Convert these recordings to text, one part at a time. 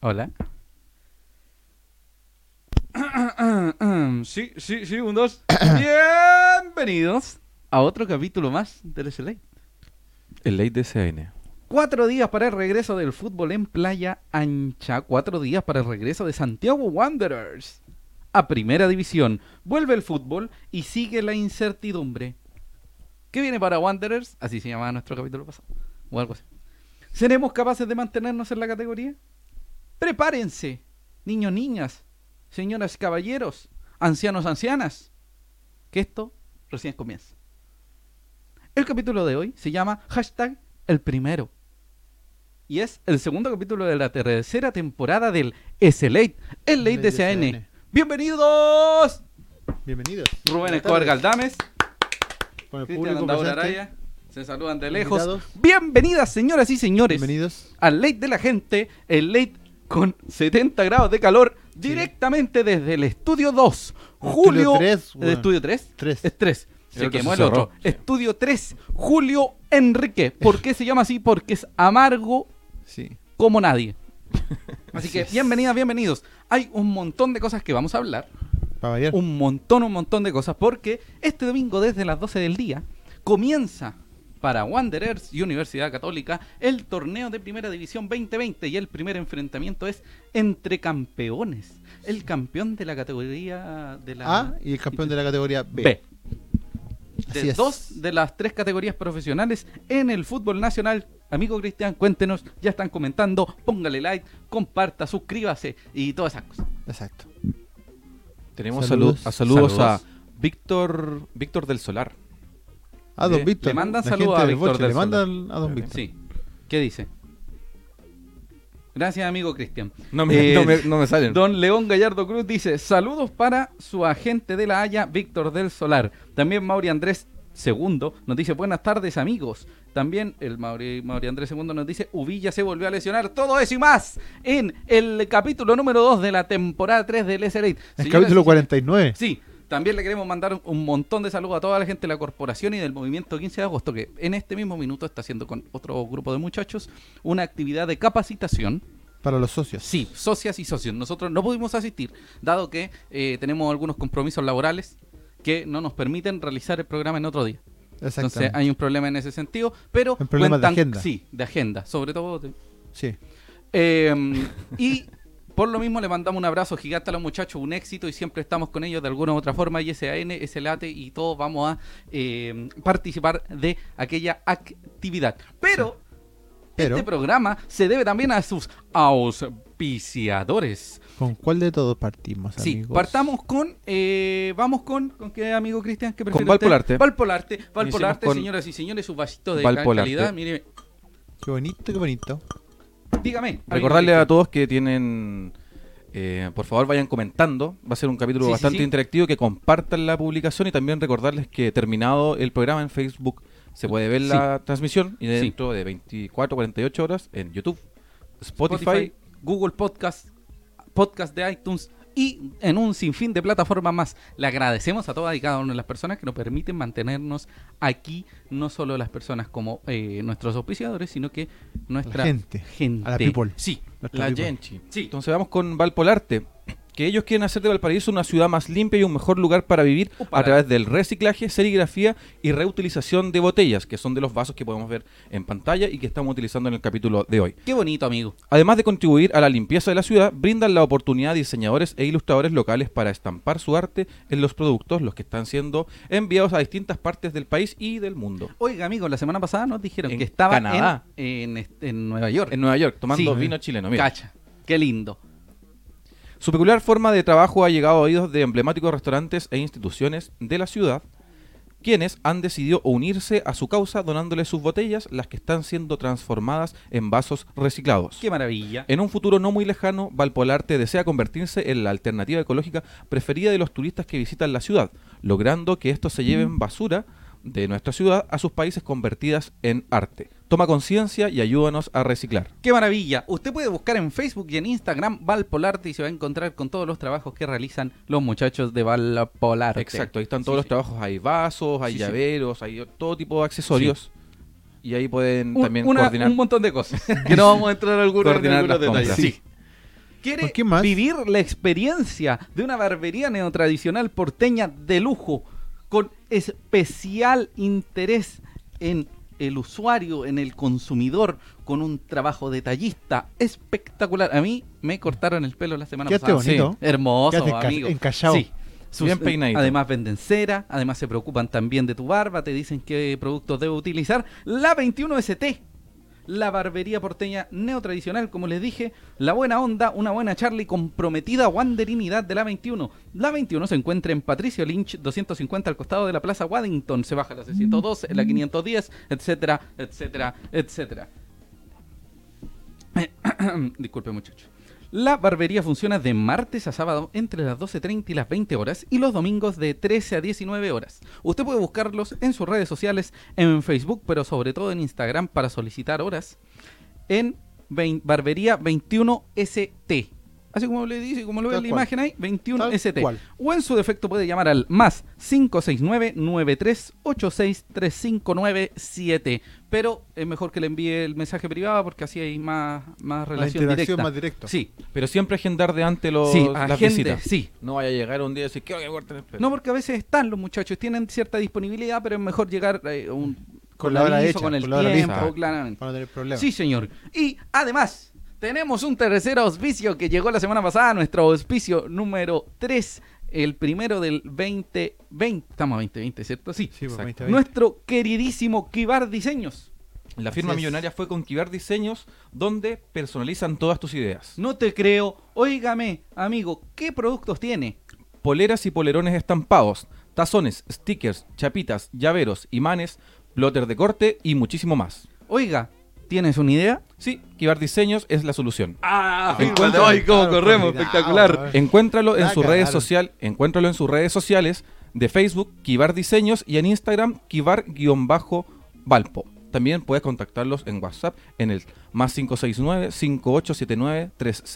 Hola. Sí, sí, sí, un, dos. Bienvenidos a otro capítulo más del SLA. El late DCN. Cuatro días para el regreso del fútbol en Playa Ancha. Cuatro días para el regreso de Santiago Wanderers. A primera división. Vuelve el fútbol y sigue la incertidumbre. ¿Qué viene para Wanderers? Así se llamaba nuestro capítulo pasado. O algo así. ¿Seremos capaces de mantenernos en la categoría? Prepárense, niños, niñas, señoras, caballeros, ancianos, ancianas, que esto recién comienza. El capítulo de hoy se llama hashtag el primero. Y es el segundo capítulo de la tercera temporada del S-Late, el Late Late de CN. SN. ¡Bienvenidos! Bienvenidos. Rubén Buenas Escobar tardes. Galdames, Con el Cristian público Andaura presente. Araya, se saludan de lejos. Invitados. Bienvenidas, señoras y señores Bienvenidos. al late de la gente, el late con 70 grados de calor, directamente desde el estudio 2. Estudio Julio. tres, ¿El weón. estudio 3? Tres. Es 3. El Se otro quemó se el otro. cerró. Estudio 3, Julio Enrique. ¿Por qué se llama así? Porque es amargo Sí. como nadie. Así Así que es. bienvenidas, bienvenidos. Hay un montón de cosas que vamos a hablar Para variar. un montón, un montón de cosas, porque este domingo desde las 12 del día comienza para Wanderers y Universidad Católica el torneo de Primera División 2020 y el primer enfrentamiento es entre campeones. El campeón de la categoría de la A y el campeón de la categoría B. B. Así De es. dos de las tres categorías profesionales en el fútbol nacional. Amigo Cristian, cuéntenos, ya están comentando, póngale like, comparta, suscríbase y todas esas cosas. Exacto. Tenemos Saludos. saludos, a, saludos, Saludos. a Víctor Víctor del Solar. A don Le- Víctor. le mandan la saludos gente a del Víctor Boche, del Le mandan a don Víctor. Sí. ¿Qué dice? Gracias, amigo Cristian. No me, Eh, no me, no me salen. Don León Gallardo Cruz dice: Saludos para su agente de la Haya, Víctor del Solar. También Mauri Andrés II nos dice: Buenas tardes, amigos. También el Mauri, Mauri Andrés II nos dice: Uvilla se volvió a lesionar. Todo eso y más en el capítulo número 2 de la temporada 3 del SRI. El capítulo 49. Sí, también le queremos mandar un- un montón de saludos a toda la gente de la corporación y del movimiento 15 de agosto, que en este mismo minuto está haciendo con otro grupo de muchachos una actividad de capacitación. Para los socios. Sí, socias y socios. Nosotros no pudimos asistir, dado que eh, tenemos algunos compromisos laborales que no nos permiten realizar el programa en otro día. Entonces Exactamente. hay un problema en ese sentido, pero Un problema de cuentan- agenda. Sí, de agenda, sobre todo de- Sí. Este eh, y por lo mismo le mandamos un abrazo gigante a los muchachos, un éxito y siempre estamos con ellos de alguna u otra forma. Y SAN, SLATE y todos vamos a eh, participar de aquella actividad. Pero Pero, este programa se debe también a sus auspiciadores. ¿con cuál de todos partimos, Sí, amigos? partamos con. eh, vamos con. ¿Con qué amigo Cristian? ¿Qué prefiere Con usted? Valpolarte. Valpolarte. Valpolarte, con- señoras y señores, su vasito de Valpolarte. calidad. Mire, Qué bonito, qué bonito. dígame. amigo Recordarle Cristian. a todos que tienen. eh, por favor, vayan comentando. Va a ser un capítulo Sí, sí, bastante sí. interactivo. Que compartan la publicación y también recordarles que terminado el programa en Facebook se puede ver la transmisión y Sí. dentro de 24, 48 horas en YouTube, Spotify, Spotify Google Podcast, Podcast de iTunes y en un sinfín de plataformas más. Le agradecemos a todas y cada una de las personas que nos permiten mantenernos aquí, no solo las personas como eh, nuestros auspiciadores, sino que nuestra gente, gente. a la people. Sí. Nuestra La people. Genchi. Sí. Entonces vamos con Valpolarte. Que ellos quieren hacer de Valparaíso una ciudad más limpia y un mejor lugar para vivir Upa. a través del reciclaje, serigrafía y reutilización de botellas, que son de los vasos que podemos ver en pantalla y que estamos utilizando en el capítulo de hoy. Qué bonito, amigo. Además de contribuir a la limpieza de la ciudad, brindan la oportunidad a diseñadores e ilustradores locales para estampar su arte en los productos, los que están siendo enviados a distintas partes del país y del mundo. Oiga, amigo, la semana pasada nos dijeron En que estaba Canadá. En, en este- en Nueva York. En Nueva York, tomando Sí. vino chileno. Mira. Cacha. Qué lindo. Su peculiar forma de trabajo ha llegado a oídos de emblemáticos restaurantes e instituciones de la ciudad, quienes han decidido unirse a su causa donándole sus botellas, las que están siendo transformadas en vasos reciclados. Qué maravilla. En un futuro no muy lejano, Valpolarte desea convertirse en la alternativa ecológica preferida de los turistas que visitan la ciudad, logrando que estos se lleven basura de nuestra ciudad a sus países convertidas en arte. Toma conciencia y ayúdanos a reciclar. ¡Qué maravilla! Usted puede buscar en Facebook y en Instagram Valpolarte y se va a encontrar con todos los trabajos que realizan los muchachos de Valpolarte. Exacto, ahí están Sí, todos los sí. trabajos, hay vasos, hay Sí, sí. llaveros, hay todo tipo de accesorios. Y ahí pueden Un, también una- coordinar. un montón de cosas. que no vamos a entrar alguna Coordinar en algunos las detalles. compras. Sí. quiere ¿Por qué más? vivir la experiencia de una barbería neotradicional porteña de lujo, con especial interés en el usuario, en el consumidor, con un trabajo detallista espectacular. A mí me cortaron el pelo la semana Quedaste pasada. bonito. Sí, hermoso, Quedaste enca- amigo. encallado. Sí. Sus- eh, Bien peinadito. Además venden cera, además se preocupan también de tu barba, te dicen qué productos debo utilizar. La 21ST, la barbería porteña neotradicional, como les dije, la buena onda, una buena charla y comprometida wanderinidad de la 21. La 21 se encuentra en Patricio Lynch 250 al costado de la Plaza Waddington, se baja la 612, Mm. la 510, etcétera, etcétera, etcétera. Disculpe muchacho. La barbería funciona de martes a sábado entre las 12.30 y las 20 horas y los domingos de 13 a 19 horas. Usted puede buscarlos en sus redes sociales, en Facebook, pero sobre todo en Instagram para solicitar horas en vein- barbería 21ST. Así como le dice, como lo ve en Tal la cual. imagen ahí, 21ST. Tal cual. O en su defecto puede llamar al más 569-9386-359-7. Pero es mejor que le envíe el mensaje privado porque así hay más, más La relación interacción directa. más directa. Sí, Pero siempre agendar de antes los, sí, las agende, visitas. sí. No vaya a llegar un día y decir, quiero que me corten el pelo. No, porque a veces están los muchachos, tienen cierta disponibilidad, pero es mejor llegar eh, un- Con la hora aviso, hecha, con el con la hora tiempo, lista. claramente. Para no tener problemas. Sí, señor. Y además, tenemos un tercer auspicio que llegó la semana pasada, nuestro auspicio número 3, el primero del 2020. Estamos a 2020, ¿cierto? Sí. Sí, pues, Exacto. 20. Nuestro queridísimo Kibar Diseños. La firma Así es. millonaria fue con Kibar Diseños, donde personalizan todas tus ideas. No te creo. Óigame, amigo, ¿qué productos tiene? Poleras y polerones estampados, tazones, stickers, chapitas, llaveros, imanes, plotter de corte y muchísimo más. Oiga, ¿tienes una idea? Sí, Kibar Diseños es la solución. Ah, fíjate, ay, cómo Claro, pues, corremos, cuidado, espectacular. weón. Encuéntralo en La sus redes cagaron. social, encuéntralo en sus redes sociales de Facebook Kibar Diseños y en Instagram Kibar-Valpo. También puedes contactarlos en WhatsApp en el más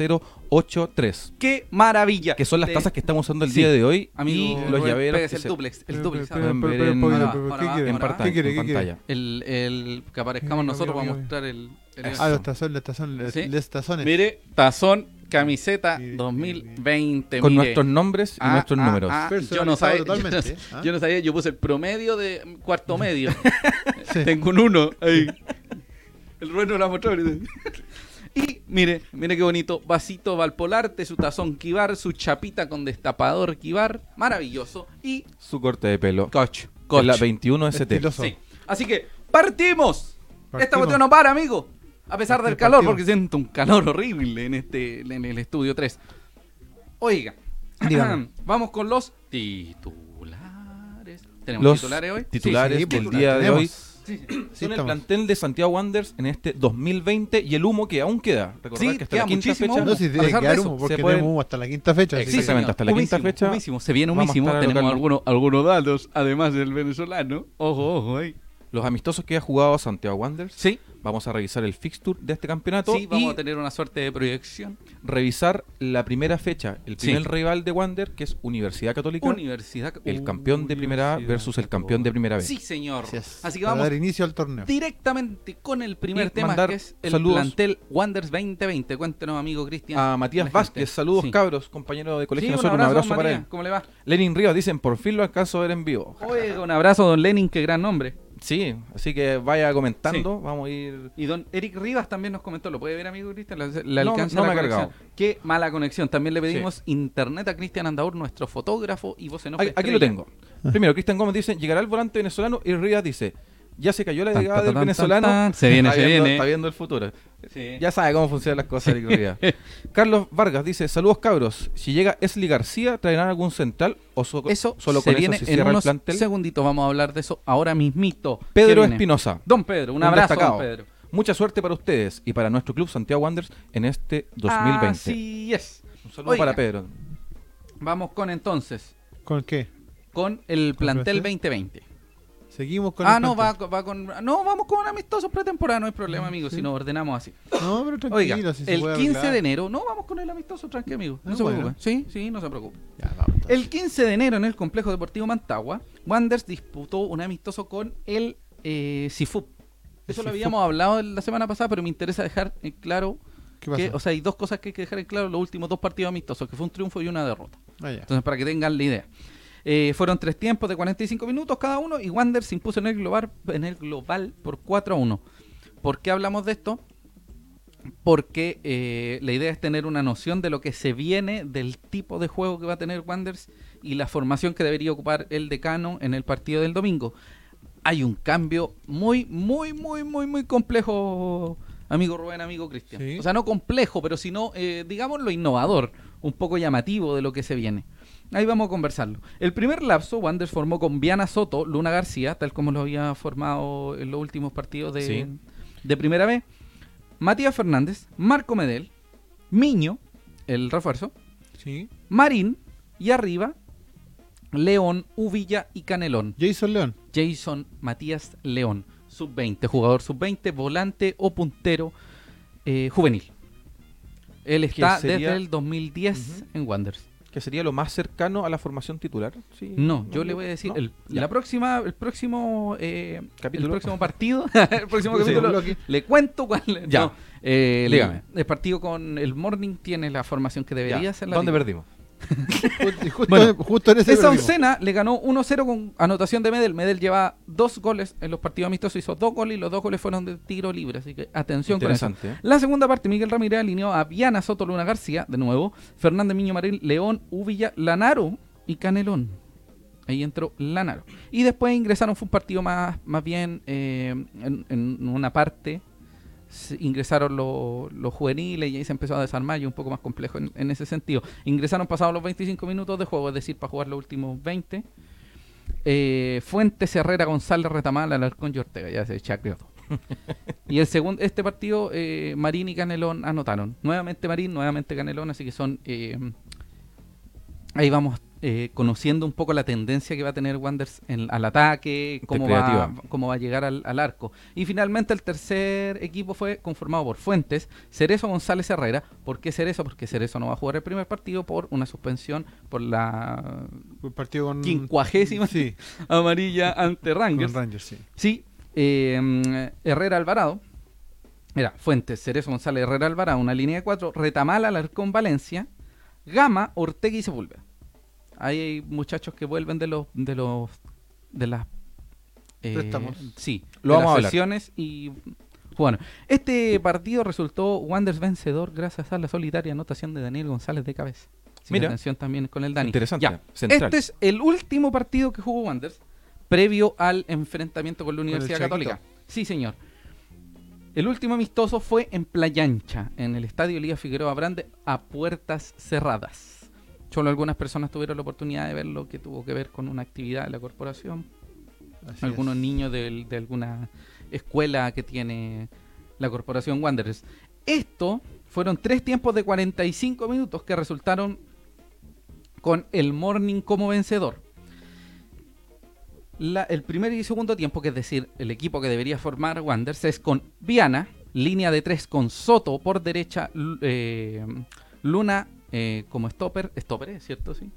569-5879-3083. ¡Qué maravilla! Que son las Te- tazas que estamos usando el Sí. día de hoy Amigo, y los Rubén llaveros Pérez, que el se- duplex, el Pero, duplex. pero, Pueden pero, pero, ver en- pero, Ahora pero, va, ¿qué ahora va, quiere? en parta- ¿Qué quiere? en ¿Qué quiere? pantalla. El, el que aparezcamos Mira, nosotros mira, va a mira. mostrar el... el- Eso. Ah, los tazones, los tazones, Sí. los tazones. Mire, tazón, camiseta Mire, 2020. con mire. nuestros nombres y Ah, nuestros ah, números. ah, yo, no Personalizado sabía, yo, no, totalmente, ¿ah? yo no sabía, yo puse el promedio de cuarto medio. Sí. Tengo un uno ahí. El Rubén no lo mostró. Y mire, mire qué bonito. Vasito Valpolarte, su tazón Kibar, su chapita con destapador Kibar. Maravilloso. Y Su corte de pelo. Coach. Con Coach. la 21ST. Estiloso. Sí. Así que, ¡partimos! Esta Partimos. cuestión no para, amigo. A pesar del Partimos, calor, partimos. porque siento un calor horrible en este en el estudio 3. Oiga, Dígame. vamos con los titulares. ¿Tenemos Los titulares hoy? titulares Sí, sí, del pues, día de tenemos. hoy Sí, Sí, son el estamos. plantel de Santiago Wanderers en este 2020 y el humo que aún queda. Recordar Sí, que hasta queda la quinta muchísimo fecha No, A si pesar tiene de que quedar eso, humo, se porque pueden- tenemos humo hasta la quinta fecha. así que- Exactamente, señor. hasta la quinta Humísimo, fecha humísimo. Se viene vamos a humísimo. estar Tenemos alocando. algunos, algunos datos, además del venezolano. Ojo, ojo, ahí. los amistosos que ha jugado Santiago Wanderers. Sí, Vamos a revisar el fixture de este campeonato sí, vamos y a tener una suerte de proyección. revisar la primera fecha, el Sí. primer rival de Wander que es Universidad Católica, Universidad. el campeón de primera A versus el campeón de primera B. Sí, señor. Así es. Así que Para vamos dar inicio al torneo. directamente con el primer Y tema mandar que es el saludos. plantel Wanderers 2020. Cuéntanos, amigo Cristian. A Matías la gente. Vázquez, saludos Sí. cabros, compañero de colegio Sí, Nacional, un abrazo, don para Matías. él. ¿Cómo le va? Lenin Rivas dicen, por fin lo alcanzo a ver en vivo. Oiga, un abrazo, don Lenin, qué gran nombre. Sí, así que vaya comentando, vamos a ir... Y don Eric Rivas también nos comentó, ¿lo puede ver, amigo Cristian? La, la No, alcanza no la me ha conexión. cargado. Qué mala conexión. También le pedimos Sí. internet a Cristian Andaur, nuestro fotógrafo y voz en off Aquí, aquí estrella. lo tengo. Primero, Cristian Gómez dice, llegará el volante venezolano y Rivas dice, ya se cayó la Tan, llegada tan, del tan, venezolano. tan, tan. Se viene, Está se viendo- viene. Está viendo el futuro. Sí. Ya sabe cómo funcionan las cosas, Eric Rivas. Carlos Vargas dice, saludos cabros, si llega Esli García, ¿traerán algún central o so- Eso solo se con viene eso se en cierra el unos plantel? segunditos. Vamos a hablar de eso ahora mismito. ¿Qué Pedro viene? Espinosa. Don Pedro, un, abrazo, don Pedro. Mucha suerte para ustedes y para nuestro club Santiago Wanderers en este 2020. Así es. Un Ah, saludo Oiga. para Pedro. Vamos con entonces, ¿Con qué? con el plantel Brasil? 2020. Seguimos con ah, el no, va, plantel. va con. No, vamos con amistosos pretemporada, no hay problema, amigo, Sí. si nos ordenamos así. No, pero tranquilo. Oiga, si se el puede 15 hablar. de enero. No, vamos con el amistoso, tranqui, amigo. No Ah, se bueno. preocupe. Sí, sí, no se preocupe. Ya, vamos, entonces. El 15 de enero en el complejo deportivo Mantagua, Wanderers disputó un amistoso con el eh, Sifup. Eso lo Sifup. habíamos hablado la semana pasada, pero me interesa dejar en claro ¿Qué que- pasó? o sea, hay dos cosas que hay que dejar en claro en los últimos dos partidos amistosos, que fue un triunfo y una derrota. Ah, ya. Entonces, para que tengan la idea. Eh, fueron tres tiempos de 45 minutos cada uno y Wander se impuso en el global, en el global por 4 a 1. ¿Por qué hablamos de esto? Porque eh, la idea es tener una noción de lo que se viene, del tipo de juego que va a tener Wanders y la formación que debería ocupar el decano en el partido del domingo. Hay un cambio muy, muy, muy, muy, muy complejo, amigo Rubén, amigo Cristian. Sí. O sea, no complejo, pero sino, eh, digámoslo, innovador, un poco llamativo de lo que se viene. Ahí vamos a conversarlo. El primer lapso, Wander formó con Viana Soto, Luna García, tal como lo había formado en los últimos partidos de, Sí. de primera vez. Matías Fernández, Marco Medel, Miño, el refuerzo, Sí. Marín y arriba León, Uvilla y Canelón. Jason León. Jason Matías León, sub-20, jugador sub-20, volante o puntero eh, juvenil. Él está sería- desde el 2010 en Wanderers. Que sería lo más cercano a la formación titular. Sí, No, yo le voy a decir ¿no? el, Ya. la próxima, el próximo eh, Capítulo. el próximo partido, el próximo Sí, capítulo. bloque. Le cuento cuál. Ya. no, eh, el- Dígame. El, partido con el Morning tiene la formación que Ya. debería ser la. ¿Dónde titular. perdimos? Ju- y Justo, Bueno, justo en ese Esa perdimos. oncena le ganó 1-0 con anotación de Medel. Medel lleva dos goles en los partidos amistosos, hizo dos goles y los dos goles fueron de tiro libre. Así que atención con eso. Interesante. ¿eh? La segunda parte, Miguel Ramírez alineó a Viana Soto Luna García, de nuevo, Fernández Miño Marín, León, Uvilla, Lanaro y Canelón. Ahí entró Lanaro. Y después ingresaron, fue un partido más, más bien eh, en, en una parte. se- ingresaron lo- los juveniles y ahí se empezó a desarmar y un poco más complejo en, en ese sentido. Ingresaron pasados los 25 minutos de juego, es decir, para jugar los últimos 20. Eh, Fuentes, Herrera, González, Retamal, Alarcón y Ortega. Ya se chacreó todo. Y el segundo, este partido, eh, Marín y Canelón anotaron. Nuevamente Marín, nuevamente Canelón, así que son. eh, ahí vamos eh, conociendo un poco la tendencia que va a tener Wanders al ataque, cómo va, creativa. cómo va a llegar al, al arco. Y finalmente el tercer equipo fue conformado por Fuentes, Cerezo González Herrera. ¿Por qué Cerezo? Porque Cerezo no va a jugar el primer partido por una suspensión por la El partido Pues con. quincuagésima Mm, Sí, amarilla ante Rangers. con Rangers, sí. Sí, eh, mm, Herrera Alvarado. Mira, Fuentes, Cerezo González, Herrera Alvarado, una línea de cuatro. Retamal, Alarcón, Valencia. Gama, Ortega y Sepúlveda. Ahí hay muchachos que vuelven de los. de los. de las. eh, Préstamos. Sí, Lo de vamos a las hablar. sesiones y. Bueno, este partido resultó Wanders vencedor gracias a la solitaria anotación de Daniel González de cabeza. Sí, Mira. atención también con el Dani. Interesante. Ya. Central. Este es el último partido que jugó Wanders previo al enfrentamiento con la el Universidad Chaquito. Católica. Sí, señor. El último amistoso fue en Playa Ancha, en el estadio Liga Figueroa Brande, a puertas cerradas. Solo algunas personas tuvieron la oportunidad de ver lo que tuvo que ver con una actividad de la corporación. Así Algunos es. niños del- de alguna escuela que tiene la corporación Wanderers. Esto fueron tres tiempos de 45 minutos que resultaron con el Morning como vencedor. La- el primer y segundo tiempo, que es decir, el equipo que debería formar Wanderers, es con Viana, línea de tres con Soto por derecha, Lu- eh, Luna eh, como stopper. Stopper, ¿es ¿cierto? Sí.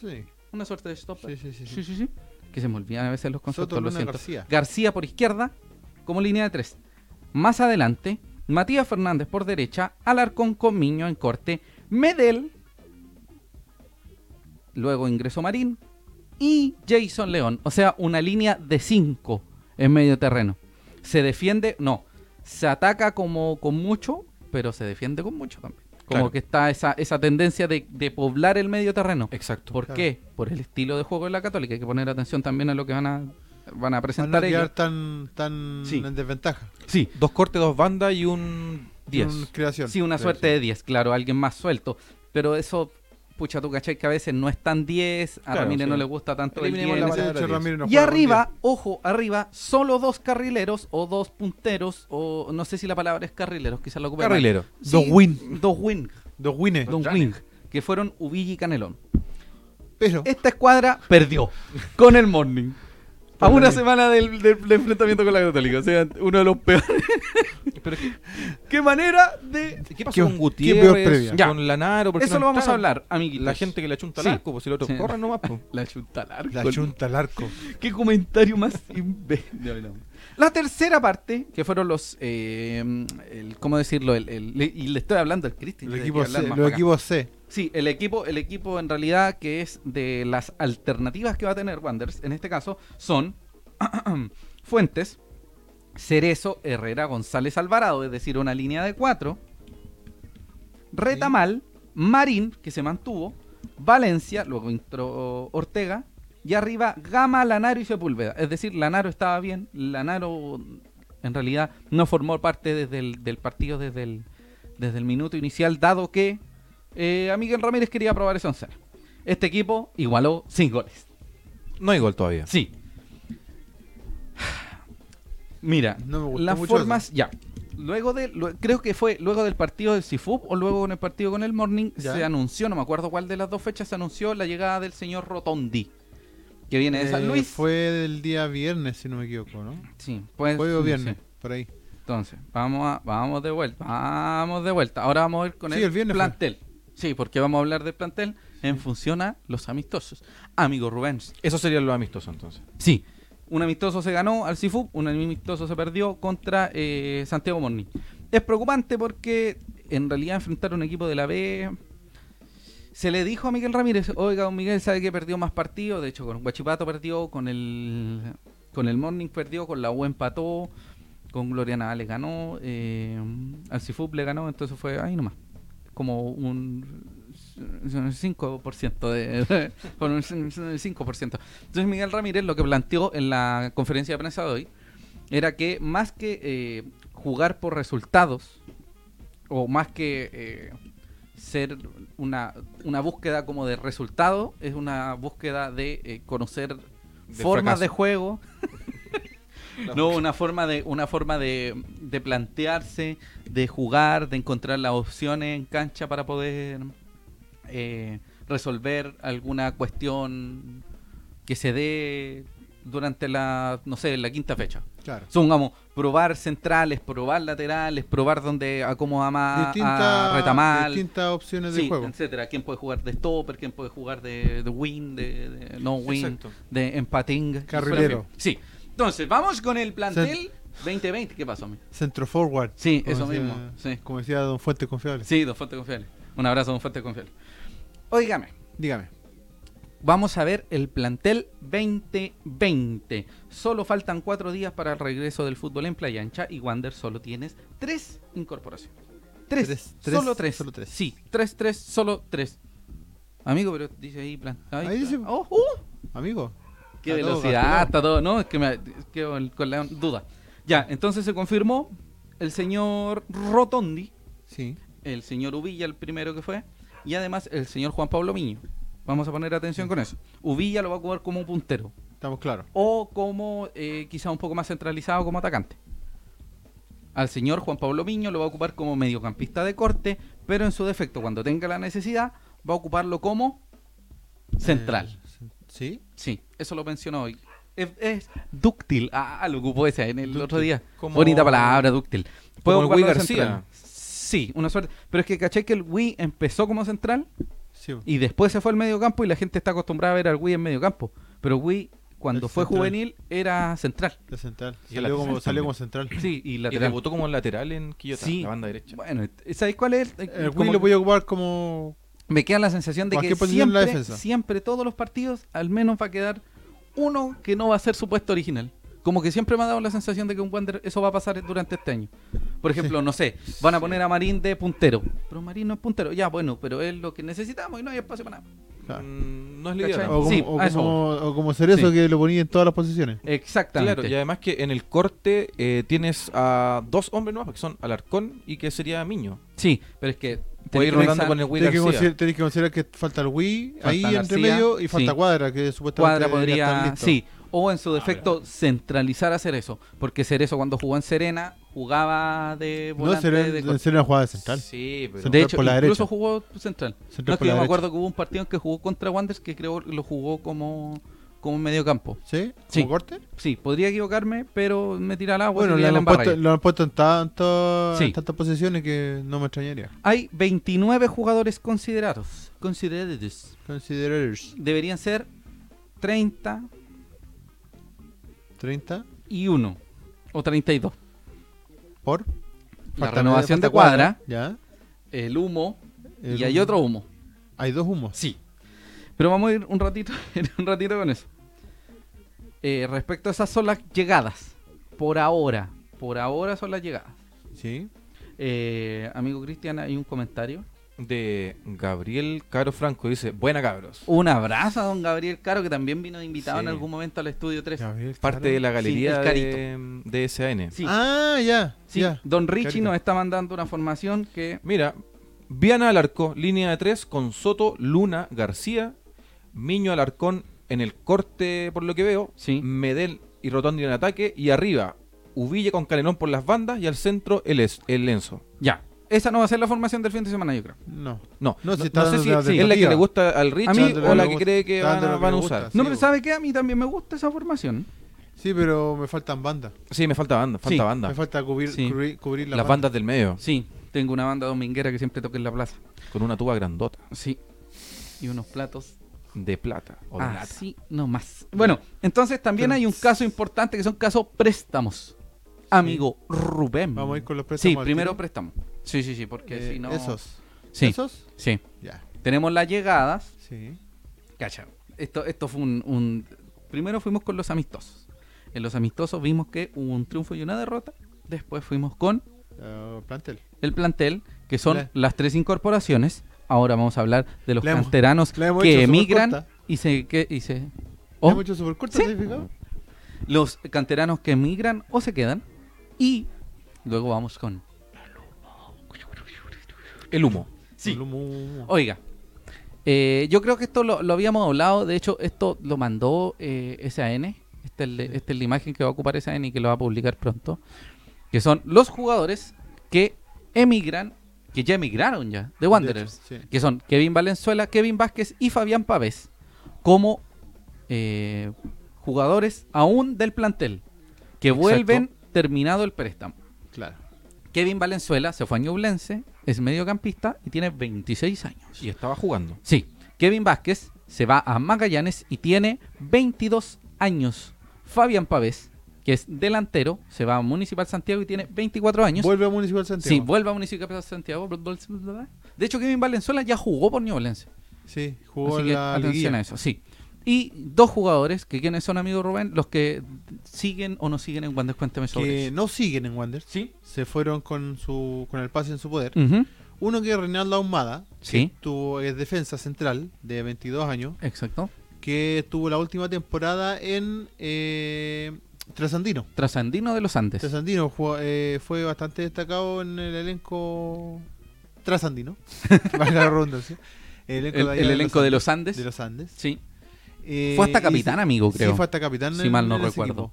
Sí, Una suerte de stopper. sí, sí. sí, sí. Sí, sí, sí. Que se me olvidan a veces los conceptos, Soto lo Luna siento. García. García por izquierda, como línea de tres. Más adelante, Matías Fernández por derecha, Alarcón con Miño en corte, Medel, luego ingresó Marín y Jason León. O sea, una línea de cinco en medio terreno. Se defiende, no, se ataca como con mucho, pero se defiende con mucho también. Como Claro. que está esa, esa tendencia de, de poblar el medio terreno. Exacto. ¿Por Claro. qué? Por el estilo de juego de la Católica. Hay que poner atención también a lo que van a, van a Para no presentar quedar ellos. tan, tan Sí. en desventaja. Sí, Dos cortes, dos bandas y un 10. Un creación. sí, una Creación. suerte de 10, claro, alguien más suelto. Pero eso, pucha, tú cachai que a veces no es tan 10, a Claro, Ramírez sí. no le gusta tanto el Eliminemos 10. la no sé. palabra Sí, diez. Ramírez no Y juega con arriba, ojo, arriba, solo dos carrileros o dos punteros, o no sé si la palabra es carrileros, quizás lo ocupe mal. Carrilero. Sí, Dos win. Dos win, diez. Dos wins. dos win, que fueron Ubilla y Canelón. Pero Esta escuadra perdió con el Morning. A una semana del, del- del enfrentamiento con la Católica. O sea, uno de los peores. Pero es que- ¿Qué manera de.? ¿Qué pasó ¿Qué- con qué peor Gutiérrez? previa? Ya. Con Lanaro. ¿Por qué Eso no lo vamos a entraron? hablar, amiguitos. La gente que le achunta Sí. al arco, pues si el otro Sí. corre nomás. pues. La chunta larga. La chunta al arco. Qué comentario más imbécil. Ya, bueno. La tercera parte, que fueron los. eh, el, ¿Cómo decirlo? El, el- le- y le estoy hablando al Cristian. El yo equipo debería hablar C. más Los para acá. equipos C. Sí, el equipo, el equipo en realidad que es de las alternativas que va a tener Wanderers, en este caso, son Fuentes, Cerezo, Herrera, González, Alvarado, es decir, una línea de cuatro, Retamal, Marín, que se mantuvo, Valencia, luego entró Ortega, y arriba Gama, Lanaro y Sepúlveda. Es decir, Lanaro estaba bien, Lanaro en realidad no formó parte desde el, del partido desde el, desde el minuto inicial, dado que eh, a Miguel Ramírez quería probar ese once. Este equipo igualó sin goles. No hay gol todavía. Sí. Mira, No me gustó las mucho formas ya. Luego de lue- creo que fue luego del partido del Cifub o luego en el partido con el Morning Ya. se anunció, no me acuerdo cuál de las dos fechas se anunció la llegada del señor Rotondi que viene de Eh, San Luis. Fue el día viernes, si no me equivoco, ¿no? Sí, pues Jueves o sí, viernes, sí. por ahí. Entonces, vamos a, vamos de vuelta, vamos de vuelta. Ahora vamos a ir con Sí, el, el viernes fue. plantel. Sí, porque vamos a hablar del plantel en función a los amistosos. Amigo Rubens, Eso sería lo amistoso entonces. Sí. Un amistoso se ganó al Cifu, un amistoso se perdió contra eh, Santiago Morning. Es preocupante porque en realidad enfrentar a un equipo de la B. Se le dijo a Miguel Ramírez, oiga, don Miguel sabe que perdió más partidos. De hecho, con Guachipato perdió, con el con el Morning perdió, con la U empató, con Gloriana le ganó, eh, al Cifu le ganó, entonces fue ahí nomás. Como un 5% de. con un 5%. Entonces Miguel Ramírez lo que planteó en la conferencia de prensa de hoy era que más que eh, jugar por resultados o más que eh, ser una, una búsqueda como de resultado, es una búsqueda de eh, conocer formas fracaso. de juego. No, una forma de, una forma de, de plantearse, de jugar, de encontrar las opciones en cancha para poder eh, resolver alguna cuestión que se dé durante la, no sé, la quinta fecha. Claro. Supongamos, probar centrales, probar laterales, probar donde acomoda más a Distintas Ah, Retamal, distintas opciones sí, de juego. etcétera. ¿Quién puede jugar de stopper? ¿Quién puede jugar de, de win? De, de no win, Exacto. de empating. Carrilero. Sí. Entonces, vamos con el plantel 2020. ¿Qué pasó, mi? Centro forward. Sí, como eso decía- mismo, sí. Como decía Don Fuente Confiable. Sí, don Fuerte Confiable. Un abrazo, don Fuerte Confiable. Óigame, Dígame. Vamos a ver el plantel 2020. Solo faltan cuatro días para el regreso del fútbol en playa ancha y Wander solo tienes tres incorporaciones. Tres, Tres, tres, solo tres. solo tres. Sí, tres, tres, solo tres. Amigo, pero dice ahí plan. ay, Ahí dice- oh, uh, Amigo. ¡Qué Está todo velocidad! gastado. Está todo, ¿no? Es que me es que con- con la duda. Ya, entonces se confirmó el señor Rotondi, Sí. el señor Uvilla, el primero que fue, y además el señor Juan Pablo Miño. Vamos a poner atención con eso. Uvilla lo va a jugar como puntero Estamos claros. o como eh, quizá un poco más centralizado como atacante. Al señor Juan Pablo Miño lo va a ocupar como mediocampista de corte, pero en su defecto, cuando tenga la necesidad, va a ocuparlo como central. Eh, sí. Sí, eso lo mencionó hoy. Es, es dúctil. Ah, lo ocupó ese en el otro día. Como- Bonita palabra, dúctil. Puede el ocuparlo Wii de central. García. Sí, una suerte. Pero es que caché que el Wii empezó como central Sí. y después se fue al mediocampo y la gente está acostumbrada a ver al Wii en mediocampo. Pero Wii, cuando Es fue central. juvenil, era central. De central. Y Salió lateral como, salió también. como central. Sí, y Y lateral. debutó como lateral en Quillota, Sí. la banda derecha. bueno, ¿sabéis cuál es? El Como Wii Eh, lo voy a ocupar como. Me queda la sensación de que Cualquier posición en la siempre, defensa. siempre todos los partidos al menos va a quedar uno que no va a ser su puesto original. Como que siempre me ha dado la sensación de que un Wander eso va a pasar durante este año. Por ejemplo, no sé, van a poner a Marín de puntero. Pero Marín no es puntero. Ya, bueno, pero es lo que necesitamos y no hay espacio para nada. Claro. Mm, No es la idea. ¿Cachai? ¿no? O como, Sí, o a eso como, o como Cerezo Sí. que lo ponía en todas las posiciones. Exactamente. Claro, y además que en el corte eh, tienes a dos hombres nuevos, que son Alarcón y que sería Miño. Sí, pero es que... Puede ir tenés que rotando pensar- con el Wii Tenés que, García. consider- tenés que considerar que falta el Wii Falta ahí García, entre medio y falta sí. Cuadra, que supuestamente Cuadra debería estar podría, listo. sí, o en su defecto centralizar a Cerezo, porque Cerezo cuando jugó en Serena jugaba de No, volante sería, de, sería una jugada de central. Sí, pero... Son- de central hecho por la incluso derecha. jugó central. Central No es por que la yo me derecha. acuerdo que hubo un partido en que jugó contra Wanderers que creo lo jugó como como mediocampo. ¿Sí? ¿Como Sí. corte? Sí, podría equivocarme, pero me tira al agua. Bueno, sería lo la han, puesto, embarrada. lo han puesto en, tanto- Sí. en tantas posiciones que no me extrañaría. Hay 29 jugadores considerados. Considerados. Considerers Deberían ser 30 30 y 1 o 32. por La Falta renovación media, de falta cuadra, Ya. el humo El y hay humo. otro humo. Hay dos humos. Sí. Pero vamos a ir un ratito, en un ratito con eso. Eh, respecto a esas son las llegadas. Por ahora. Por ahora son las llegadas. Sí. Eh, amigo Cristian, hay un comentario. De Gabriel Caro Franco dice, buena cabros. Un abrazo a don Gabriel Caro, que también vino de invitado Sí. en algún momento al estudio 3. Gabriel, Parte claro. de la galería el de, de SAN. Sí, Ah, ya. sí. Ya. Don Richie Carito. nos está mandando una formación que. Mira, Viana Alarcó, línea de tres, con Soto, Luna, García, Miño Alarcón en el corte, por lo que veo, Sí. Medel y Rotondi en ataque, y arriba, Uvilla con Calenón por las bandas, y al centro, el, es, el Lenzo. Ya. Esa no va a ser la formación del fin de semana, yo creo. No. No, No, no, si no está sé dando si una es la que alternativa. le gusta al Rich A mí- o la que Está cree que dando van, lo a- que van a le gusta. usar. no, Sí, pero bo. ¿sabe qué? A mí también me gusta esa formación. Sí, pero me faltan bandas. Sí, me falta banda, falta Sí, banda. Me falta cubrir, Sí. cubrir, cubrir la las banda. bandas del medio, Sí, tengo una banda dominguera que siempre toca en la plaza. con una tuba grandota, Sí. Y unos platos de plata o de lata. así nomás. Bueno, entonces también hay un caso importante que son casos préstamos. Amigo Rubén. Vamos a ir con los Sí, préstamos al primero tiro. préstamo. Sí, sí, sí, porque Eh, si no... Esos. Sí, ¿Esos? sí. Ya. Tenemos las llegadas. Sí. Cacha, esto, esto fue un, un- Primero fuimos con los amistosos. En los amistosos vimos que hubo un triunfo y una derrota. Después fuimos con Ah, plantel. el plantel, que son La- las tres incorporaciones. Ahora vamos a hablar de los La hemos- canteranos la hemos que hecho súper emigran corta. y se... Que, y se ¿Hemos Oh. hecho súper corto, Sí. ¿te has fijado? los canteranos que emigran o se quedan y luego vamos con El humo. Con humo, humo, humo. oiga eh, yo creo que esto lo, lo habíamos hablado de hecho esto lo mandó eh, SAN esta es, la- esta este es la imagen que va a ocupar SAN y que lo va a publicar pronto que son los jugadores que emigran que ya emigraron ya de Wanderers De hecho, sí. que son Kevin Valenzuela Kevin Vázquez y Fabián Pavés como eh, jugadores aún del plantel que Exacto. vuelven terminado el préstamo Claro. Kevin Valenzuela se fue a Ñublense, es mediocampista y tiene 26 años. Y estaba jugando. Sí, Kevin Vázquez se va a Magallanes y tiene 22 años. Fabián Pavés, que es delantero, se va a Municipal Santiago y tiene 24 años. Vuelve a Municipal sí, Santiago. vuelve a Municipal Santiago. De hecho, Kevin Valenzuela ya jugó por Ñublense. Sí, jugó Así en que la atención a liguilla. eso, sí. Y dos jugadores, que quienes son amigos Rubén, los que siguen o no siguen en Wander, cuéntame sobre Que eso. no siguen en Wander. Sí. Se fueron con su con el pase en su poder. Ujú, Uno que es Reinaldo Ahumada, Sí, tuvo, es defensa central de 22 años, exacto. que tuvo la última temporada en eh, Trasandino. Trasandino de los Andes. Trasandino jugó, eh, fue bastante destacado en el elenco Trasandino. valga la redundancia. El elenco, el, de, el allá elenco de los Andes. de los Andes. Sí. Eh, Fue hasta y capitán, sí- amigo, creo. Sí, fue hasta capitán. Si en- mal no en ese recuerdo. equipo.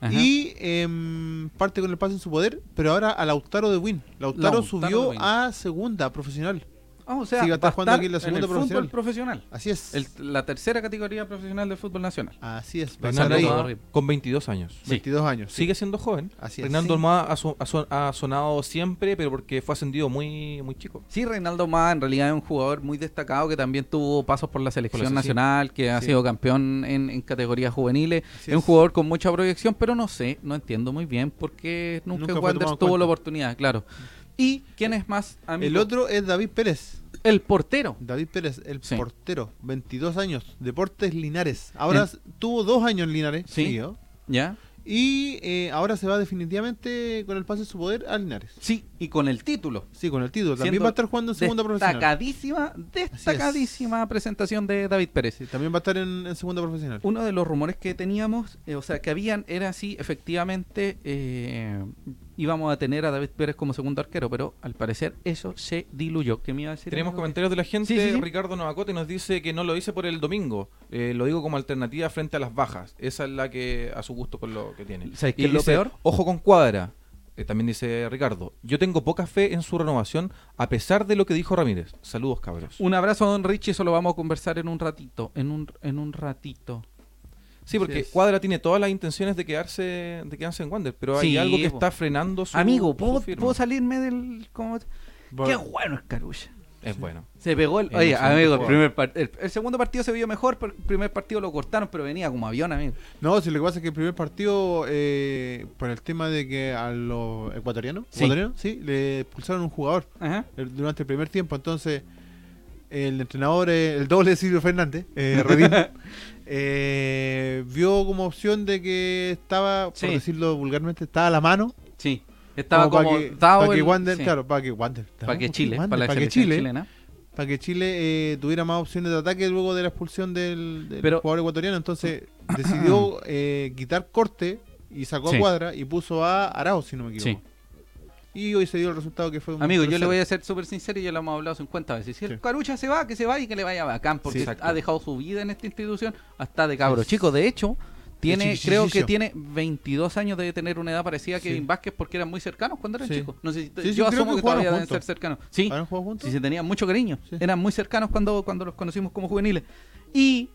Ajá. Y em, parte con el pase en su poder, pero ahora a Lautaro de Win. Lautaro, Lautaro de subió Win. a segunda profesional. Ah, o sea, Sí, va está a jugando estar aquí en la segunda el fútbol profesional. profesional. Así es. El- la tercera categoría profesional del fútbol nacional. Así es. va a estar Reinaldo ahí. Reinaldo Almada con 22 años. Sí. 22 años. sí. Sigue siendo joven. Así es. Reinaldo Sí. Almada ha, so- ha son- ha sonado siempre, pero porque fue ascendido muy, muy chico. Sí, Reinaldo Ma en realidad es un jugador muy destacado que también tuvo pasos por la selección sí. nacional, que ha Sí. sido campeón en, en categorías juveniles. Así es un es. jugador con mucha proyección, pero no sé, no entiendo muy bien por qué nunca, Nunca en fue Wanderers tomado en tuvo cuenta. la oportunidad, claro. ¿Y quién es más amigo? El otro es David Pérez. El portero. David Pérez, el Sí. portero. 22 años. Deportes Linares. Ahora En- s- tuvo dos años en Linares. Sí. seguido, ¿Ya? Y eh, ahora se va definitivamente con el pase en su poder a Linares. Sí, y con el título. Sí, con el título. También Siendo va a estar jugando en segunda profesional. Destacadísima, destacadísima presentación de David Pérez. Sí, también va a estar en, en segunda profesional. Uno de los rumores que teníamos, eh, o sea, que habían, era así, efectivamente, eh, íbamos a tener a David Pérez como segundo arquero, pero al parecer eso se diluyó. ¿Qué me iba a decir? Tenemos amigo? comentarios de la gente. Sí, sí, sí. Ricardo Navacote nos dice que no lo hice por el domingo. Eh, lo digo como alternativa frente a las bajas. Esa es la que a su gusto con lo que tiene. ¿Sabes qué Y es lo dice, peor? Ojo con cuadra. Eh, también dice Ricardo. Yo tengo poca fe en su renovación a pesar de lo que dijo Ramírez. Saludos, cabros. Un abrazo a Don Richie, eso lo vamos a conversar en un ratito, en un, en un ratito. Sí, porque es. Cuadra tiene todas las intenciones de quedarse, de quedarse en Wander, pero hay Sí, algo que po. está frenando su Amigo, su ¿puedo, firma. puedo salirme del. Como... Bueno. Qué bueno es Carulla. Es bueno. Se pegó el. Es Oye, excelente amigo, el, jugador. primer par- el, el segundo partido se vio mejor, pero el primer partido lo cortaron, pero venía como avión, amigo. No, si lo que pasa es que el primer partido, eh, por el tema de que a los ecuatorianos, Sí. ecuatorianos, sí, le expulsaron un jugador Ajá. el- eh, durante el primer tiempo. Entonces, el entrenador, eh, el doble de Silvio Fernández, eh, Redín, eh, vio como opción de que estaba, Sí. por decirlo vulgarmente, estaba a la mano. Sí. Estaba para como. que, dado para que el- Wander, sí, claro, para que Wander, Para que ¿no? Chile, Wander, para la para que selección Chile, chilena. para que Chile eh, tuviera más opciones de ataque luego de la expulsión del, del Pero- jugador ecuatoriano. Entonces decidió eh, quitar corte y sacó Sí. a Cuadra y puso a Arao, si no me equivoco. Sí. Y hoy se dio el resultado que fue un. Amigo, yo le tercero. voy a ser súper sincero y ya lo hemos hablado 50 veces. Si el Sí. Carucha se va, que se va y que le vaya bacán, porque Sí, exacto. ha dejado su vida en esta institución hasta de cabro chico. De hecho, tiene, chiquillo. creo que tiene 22 años de tener una edad parecida a Kevin Sí. Vázquez porque eran muy cercanos cuando eran Sí. chicos. No sé si te- Sí, sí, yo creo asumo que que, todavía jugaron deben ser juntos. cercanos. Sí, ¿Habrán jugado juntos? sí, se tenían mucho cariño. Sí. Eran muy cercanos cuando, cuando los conocimos como juveniles. Y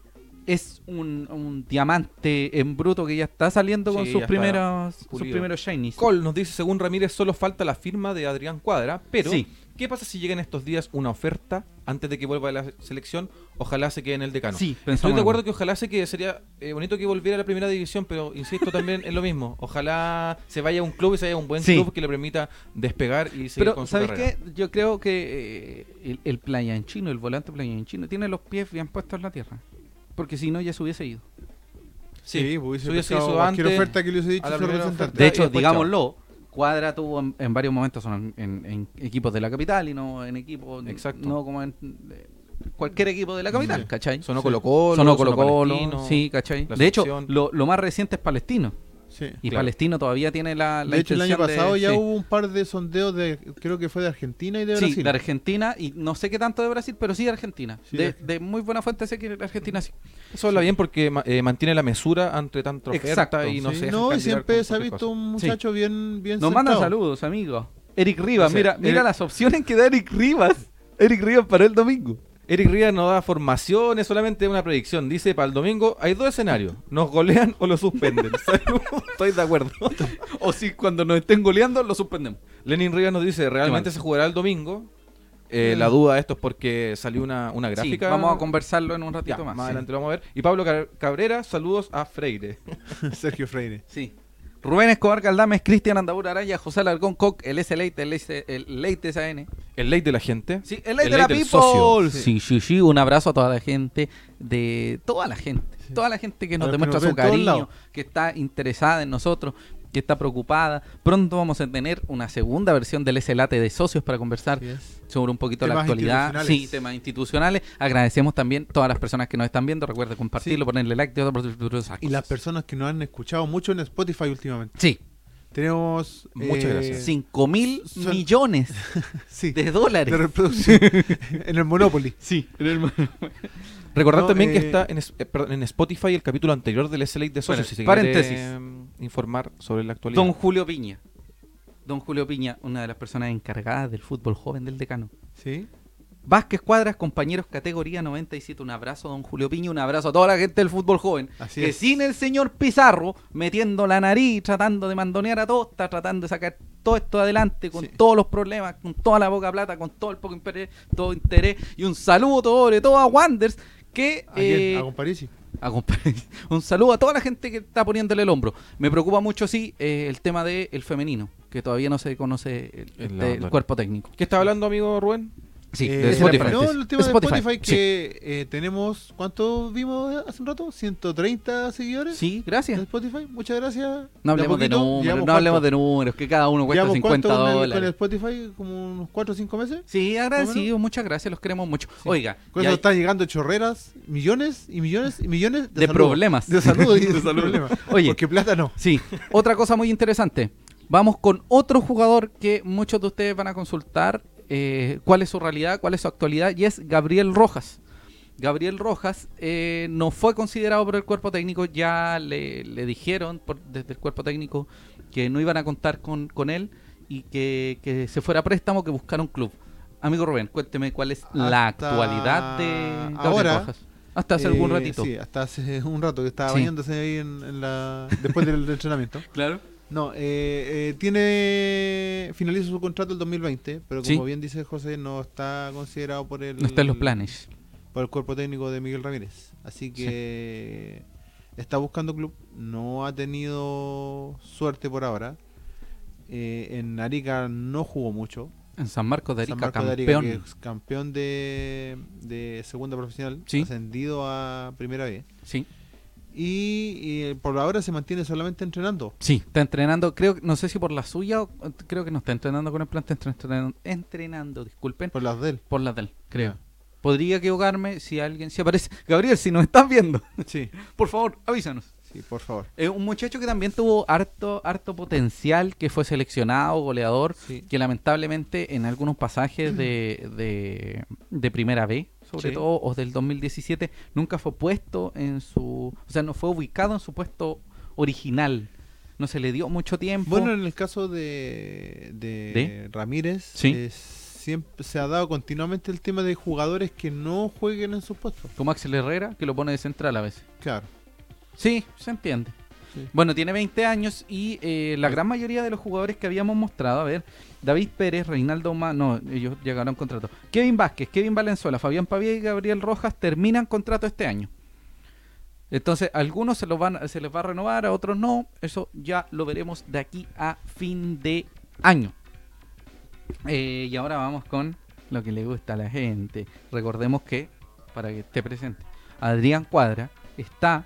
es un, un diamante en bruto que ya está saliendo con Sí, sus ya está primeros, sus pulido. primeros shinies. Col nos dice, según Ramírez, solo falta la firma de Adrián Cuadra, pero Sí. ¿qué pasa si llega en estos días una oferta antes de que vuelva a la selección? Ojalá se quede en el decano. Sí, Estoy pensamos de en- acuerdo que ojalá sé que sería eh, bonito que volviera a la primera división, pero insisto también en lo mismo. Ojalá se vaya a un club y se vaya a un buen Sí. club que le permita despegar y seguir Pero, con su ¿sabes carrera. qué? Yo creo que eh, el, el playanchino, el volante playanchino, tiene los pies bien puestos en la tierra. Porque si no, ya se hubiese ido. Sí, Sí, hubiese hubiese pescado sido cualquier antes, oferta que le hubiese dicho a la se primera representante. oferta. De y hecho, después, digámoslo, Cuadra tuvo en, en varios momentos son en, en- en equipos de la capital y no en equipos. Exacto. No como en eh, cualquier equipo de la capital, Sí. ¿cachai? Sonó Sí. Colo Colo, Sonó Colo Colo, Palestino. sí, ¿cachai? la De hecho, selección. lo, lo más reciente es Palestino. Sí. Y Claro. Palestino todavía tiene la, la de hecho, el año intención de- pasado ya sí. hubo un par de sondeos de. Creo que fue de Argentina y de Sí, Brasil. de Argentina, y no sé qué tanto de Brasil, pero sí de Argentina. Sí, de, de de muy buena fuente sé que de Argentina sí. Eso habla bien porque ma- eh, mantiene la mesura entre tanta oferta Exacto, y no Sí, se deja no, y castigar siempre con se ha cualquier visto cosa. un muchacho bien, bien Nos mandan centrado. saludos, amigos. Eric Rivas, Dice, mira, mira Eric- las opciones que da Eric Rivas. Eric Rivas para el domingo. Eric Rivas no da formaciones, solamente una predicción. Dice, para el domingo hay dos escenarios. Nos golean o lo suspenden. Salud, Estoy de acuerdo. O si cuando nos estén goleando, lo suspendemos. Lenin Rivas nos dice, Qué ¿realmente mal. se jugará el domingo? Eh, Mm. La duda de esto es porque salió una, una Sí, gráfica. vamos a conversarlo en un ratito Ya, más. más sí. adelante lo vamos a ver. Y Pablo Car- Cabrera, saludos a Freire. Sergio Freire. Sí. Rubén Escobar Caldames, Cristian Andaura Araya, José Alarcón Coc, el S Leite, el, S, el Leite SAN. El ley de la gente. Sí, el Leite El de la Leite, el People. socio. Sí. sí, sí, Un abrazo a toda la gente, de toda la gente, toda la gente que nos Ahora que demuestra nos ve su en todos cariño, lados. que está interesada en nosotros, que está preocupada. Pronto vamos a tener una segunda versión del S Late de socios para conversar Así es. sobre un poquito la Temas actualidad, institucionales. sí, temas institucionales. Agradecemos también todas las personas que nos están viendo. Recuerden compartirlo, ponerle like. de otras- de otras Y las Eh, cosas. personas que nos han escuchado mucho en Spotify últimamente. Sí, Tenemos. Muchas gracias. 5 mil son- millones Sí. de de dólares. reproducción en el Monopoly. sí, Recordad No, también que eh, está en, es- eh, perdón, en Spotify el capítulo anterior del SLA de Bueno, Socios. si se paréntesis. quiere, em, informar sobre la actualidad. Don Julio Piña. Don Julio Piña, una de las personas encargadas del fútbol joven del decano. Sí. Vázquez Cuadras, compañeros categoría 97. Un abrazo, don Julio Piña. Un abrazo a toda la gente del fútbol joven. Así que es. sin el señor Pizarro metiendo la nariz, tratando de mandonear a todos, está tratando de sacar todo esto adelante con Sí. todos los problemas, con toda la boca plata, con todo el poco interés, todo interés. Y un saludo sobre todo a Wanders. Que, ¿A quién? eh, A Comparisi. a compadre. Un saludo a toda la gente que está poniéndole el hombro. Me preocupa mucho, sí, eh, el tema del el femenino, que todavía no se conoce el, El este, abandono. el cuerpo técnico. ¿Qué está hablando, amigo Rubén? Sí, Eh, de el- Spotify. No, el Spotify, tema de Spotify sí. que eh, tenemos. ¿Cuánto vimos hace un rato? ¿130 seguidores? Sí, En gracias. Spotify, muchas gracias. No hablemos de, poquito, números, llevamos no hablemos cuánto- de números, que cada uno cuesta llevamos 50 cuánto con el- dólares. Con el Spotify, como unos 4 o 5 meses. Sí, Más agradecido, muchas gracias, los queremos mucho. Oiga, Con y eso hay- están llegando chorreras, millones y millones y millones de, De saludos. problemas. De saludos y de, De saludos. problemas. Oye. Porque plata no. sí, otra cosa muy interesante. Vamos con otro jugador que muchos de ustedes van a consultar eh, cuál es su realidad, cuál es su actualidad, y es Gabriel Rojas. Gabriel Rojas eh, no fue considerado por el cuerpo técnico, ya le, le dijeron por- desde el cuerpo técnico que no iban a contar con, con él y que, que se fuera a préstamo, que buscara un club. Amigo Rubén, cuénteme cuál es la Hasta actualidad de Gabriel ahora, Rojas. Hasta hace algún Eh, ratito. Sí, hasta hace un rato que estaba Sí. bañándose ahí en, en la, después del entrenamiento. Claro. No, eh, eh, tiene finaliza su contrato el 2020, pero como Sí. bien dice José, no está considerado por el No está en los planes. por el cuerpo técnico de Miguel Ramírez. Así que está buscando club, no ha tenido suerte por ahora. Eh, en Arica no jugó mucho. En San Marcos de Arica, San Marcos de Arica, campeón. que es campeón de, de segunda profesional, Sí. ascendido a primera vez. Sí. Y, y eh, por ahora se mantiene solamente entrenando. Sí, está entrenando, creo, no sé si por la suya, o, creo que no está entrenando con el plan, está entrenando, entrenando, disculpen, Por las de él. por la del, creo. Podría equivocarme si alguien, si aparece, Gabriel, si nos estás viendo, Sí, por favor, avísanos. sí, por favor. Eh, un muchacho que también tuvo harto, harto potencial, que fue seleccionado, goleador, Sí. que lamentablemente en algunos pasajes de, de, de primera B, sobre Mm. Sí. todo, o del 2017, nunca fue puesto en su, o sea, no fue ubicado en su puesto original. No se le dio mucho tiempo. Bueno, en el caso de, de ¿De? Ramírez, Sí. eh, siempre se ha dado continuamente el tema de jugadores que no jueguen en sus puestos. Como Axel Herrera, que lo pone de central a veces. Claro. Sí, se entiende. Sí. Bueno, tiene 20 años y eh, la gran mayoría de los jugadores que habíamos mostrado, a ver, David Pérez, Reinaldo Ma, no, ellos llegaron a un contrato. Kevin Vázquez, Kevin Valenzuela, Fabián Pavía y Gabriel Rojas terminan contrato este año. Entonces, a algunos se, los van, se les va a renovar, a otros no. Eso ya lo veremos de aquí a fin de año. Eh, y ahora vamos con lo que le gusta a la gente. Recordemos que, para que esté presente, Adrián Cuadra está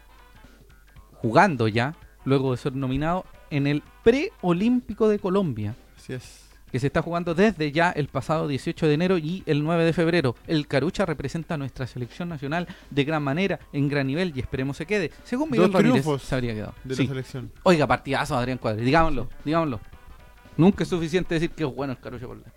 jugando ya, luego de ser nominado, en el preolímpico de Colombia, Así es. que se está jugando desde ya el pasado 18 de enero y el 9 de febrero. El Carucha representa a nuestra selección nacional de gran manera, en gran nivel, y esperemos se quede. Según Miguel Dos Ramírez, triunfos se habría quedado. De Sí. la selección. Oiga, partidazo Adrián Cuadri, digámoslo, digámoslo. Nunca es suficiente decir que es bueno el Carucha por la-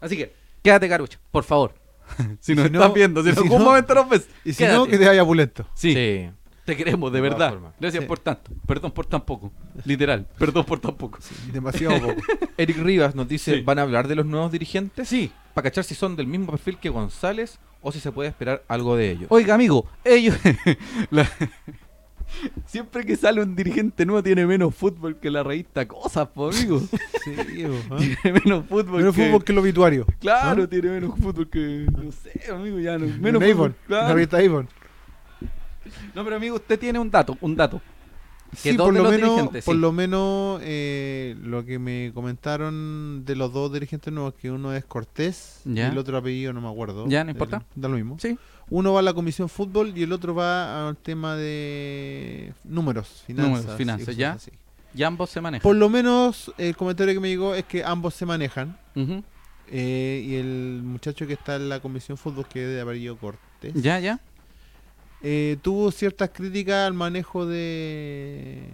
Así que, quédate Carucha, por favor. si nos si no- estás viendo, si y en si algún no- momento nos ves, Y si no, quédate. que te vaya pulento. Sí. Sí. Te queremos, de De todas verdad. formas. Gracias Sí. por tanto. Perdón por tan poco. Literal. Perdón por tan poco. Demasiado poco. Eric Rivas nos dice, Sí. ¿van a hablar de los nuevos dirigentes? Sí. Para cachar si son del mismo perfil que González o si se puede esperar algo de ellos. Oiga, amigo, ellos. la- Siempre que sale un dirigente nuevo tiene menos fútbol que la revista Cosas, po, amigo. sí, po, ¿eh? tiene menos fútbol Menos que... ¿Ah? fútbol que lo obituario. Claro, tiene menos fútbol que... No sé, amigo, ya no... Menos Menos Avon. fútbol, claro. La revista Avon. No, pero amigo, usted tiene un dato, un dato. Que Sí, dos por de lo los menos, dirigentes, por sí. lo menos eh, lo que me comentaron de los dos dirigentes nuevos, que uno es Cortés Ya. y el otro apellido no me acuerdo. Ya, no importa. El- Da lo mismo. Sí. Uno va a la comisión fútbol y el otro va al tema de números, finanzas. Números, finanzas, y cosas ya. así. Y ambos se manejan. Por lo menos el comentario que me llegó es que ambos se manejan. Ujú. Eh, y el muchacho que está en la comisión fútbol, que es de apellido Cortés, Ya, ya. eh, tuvo ciertas críticas al manejo de.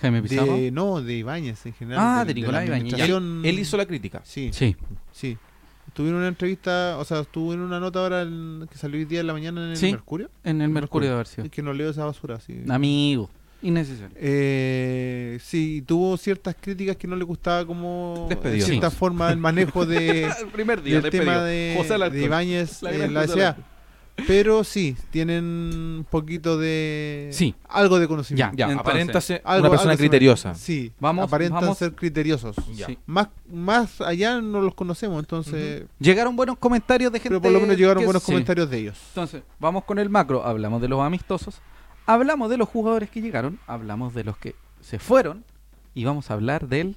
Jaime Pizarro. de no, de Ibáñez en general. Ah, de la Nicolás Ibáñez, ya. administración. Él hizo la crítica. Sí, Sí. sí. Tuvieron una entrevista, o sea, tuvieron una nota ahora en- que salió hoy día en la mañana en el Sí. Mercurio. En el Mercurio de haber sido. Es que no leo esa basura, así. Amigo. Innecesario. Eh, sí, tuvo ciertas críticas que no le gustaba como de Despedido. cierta forma el manejo de, El primer del tema de, de Ibáñez La en gran la José SA. Pero sí, tienen un poquito de... Sí. Algo de conocimiento. Ya, Entonces, aparenta ser Algo- una persona algo se me- criteriosa. Sí, Vamos, aparentan vamos. ser criteriosos. Ya. Sí. Más, más allá no los conocemos, entonces... Llegaron buenos comentarios de gente. Pero por lo menos llegaron que- buenos sí. comentarios de ellos. Entonces, vamos con el macro. Hablamos de los amistosos. Hablamos de los jugadores que llegaron. Hablamos de los que se fueron. Y vamos a hablar del.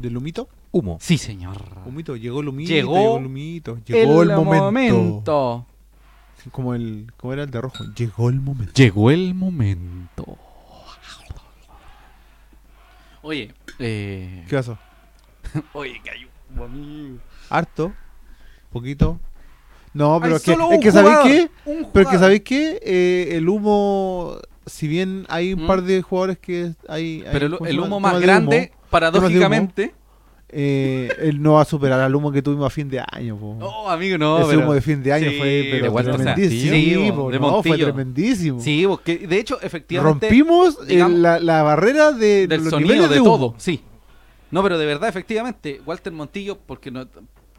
¿Del humito? Humo. Sí, señor. Humito, llegó el humito, Ah. Llegó llegó, el humito, llegó el, momento. Como el, como era el de rojo, llegó el momento. Llegó el momento. Oye, eh, ¿Qué pasó? oye, que hay un amigo. Harto, poquito. No, pero Hay es que, solo es un que ¿sabéis jugador, qué? un Pero es que jugador. ¿sabéis qué? Eh, el humo, si bien hay un ¿Mm? par de jugadores que hay... hay- Pero el, ¿cómo el se llama? humo Tomas más de humo, grande, paradójicamente. eh, él no va a superar al humo que tuvimos a fin de año. po. Oh, amigo, no. Ese pero- humo de fin de año Sí, fue pero de Walter tremendísimo. Santillo. Sí, Sí, po, de no, fue Montillo. tremendísimo. Sí, porque de hecho, efectivamente. Rompimos el- digamos, la, la barrera de del los sonido niveles de, humo. todo. Sí. No, pero de verdad, efectivamente, Walter Montillo, porque no,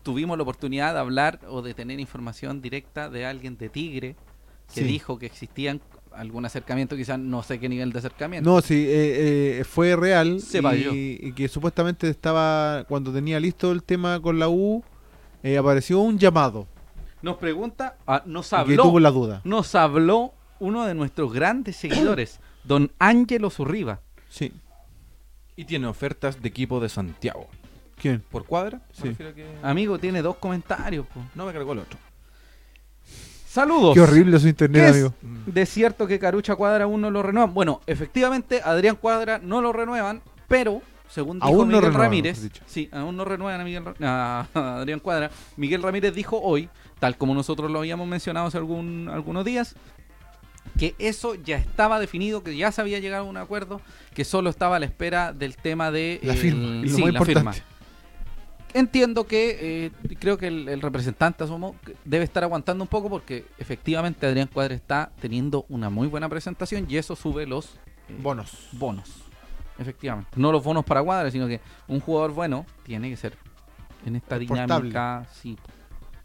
tuvimos la oportunidad de hablar o de tener información directa de alguien de Tigre que Sí. dijo que existían algún acercamiento, quizás no sé qué nivel de acercamiento. No, sí, eh, eh, fue real. Se y- valió. y, que supuestamente estaba, cuando tenía listo el tema con la U, eh, apareció un llamado Nos pregunta, ah, nos y que tuvo habló, la duda. nos habló uno de nuestros grandes seguidores, don Ángelo Zurriba. Sí. Y tiene ofertas de equipo de Santiago. ¿Quién? ¿Por cuadra? Me Sí. refiero a que- Amigo, tiene dos comentarios. po. No me cargó el otro. Saludos. Qué horrible su internet, ¿Qué es amigo. de cierto Mm. que Carucha Cuadra aún no lo renuevan? Bueno, efectivamente, Adrián Cuadra no lo renuevan, pero según dijo Aún no Miguel renuevan, Ramírez, mejor dicho. sí, aún no renuevan a, Miguel Ra- a- a Adrián Cuadra. Miguel Ramírez dijo hoy, tal como nosotros lo habíamos mencionado hace algún, algunos días, que eso ya estaba definido, que ya se había llegado a un acuerdo, que solo estaba a la espera del tema de La el- firma, y lo sí, más la firma. importante. Entiendo que eh, creo que el, el representante Asomo debe estar aguantando un poco porque efectivamente Adrián Cuadra está teniendo una muy buena presentación y eso sube los eh, Bonos. bonos. Efectivamente. No los bonos para Cuadra, sino que un jugador bueno tiene que ser en esta Exportable. dinámica sí,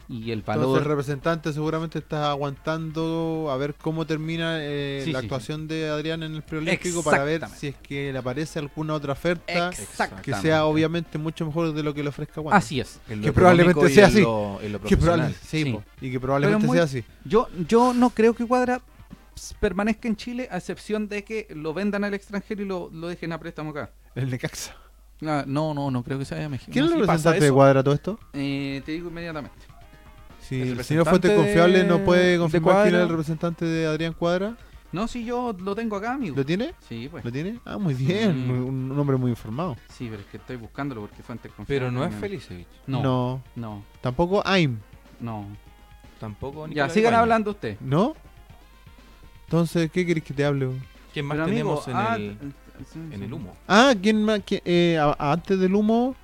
y el Entonces el valor. representante seguramente está aguantando a ver cómo termina eh, Sí, la sí, actuación de Adrián en el preolímpico para ver Exactamente. si es que le aparece alguna otra oferta Exactamente. Ah, que sea obviamente mucho mejor de lo que le ofrezca Wanda. Así es. En lo Que probablemente económico y sea en así. lo- en lo Que profesional. probable- sí, Sí. po, y que probablemente muy- sea así. Yo, yo no creo que Cuadra s- permanezca en Chile a excepción de que lo vendan al extranjero y lo, lo dejen a préstamo acá. El Necaxa. Ah, No, no, no creo que se vaya a México. ¿Quién No es el sé si pasa representante de eso. Cuadra todo esto? Eh, te digo inmediatamente. Si El el, señor Fuente representante Confiable no de puede confirmar quién Cuadra. es el representante de Adrián Cuadra, No, si yo lo tengo acá, amigo. ¿lo tiene? Sí, pues. ¿Lo tiene? Ah, muy bien, Mm. muy- un, un hombre muy informado. Sí, pero es que estoy buscándolo porque fuente confiable. Pero no es me- Felicevich. No, no, No. no. Tampoco AIM, Tampoco Ya, Nicolás sigan Ibañez. hablando usted. ¿no? Entonces, ¿qué querés que te hable? weón? ¿Quién más Pero, amigo, tenemos en, ah, el, t- sí, en sí. el humo? Ah, ¿quién más? ¿Quién- eh, a- a- antes del humo,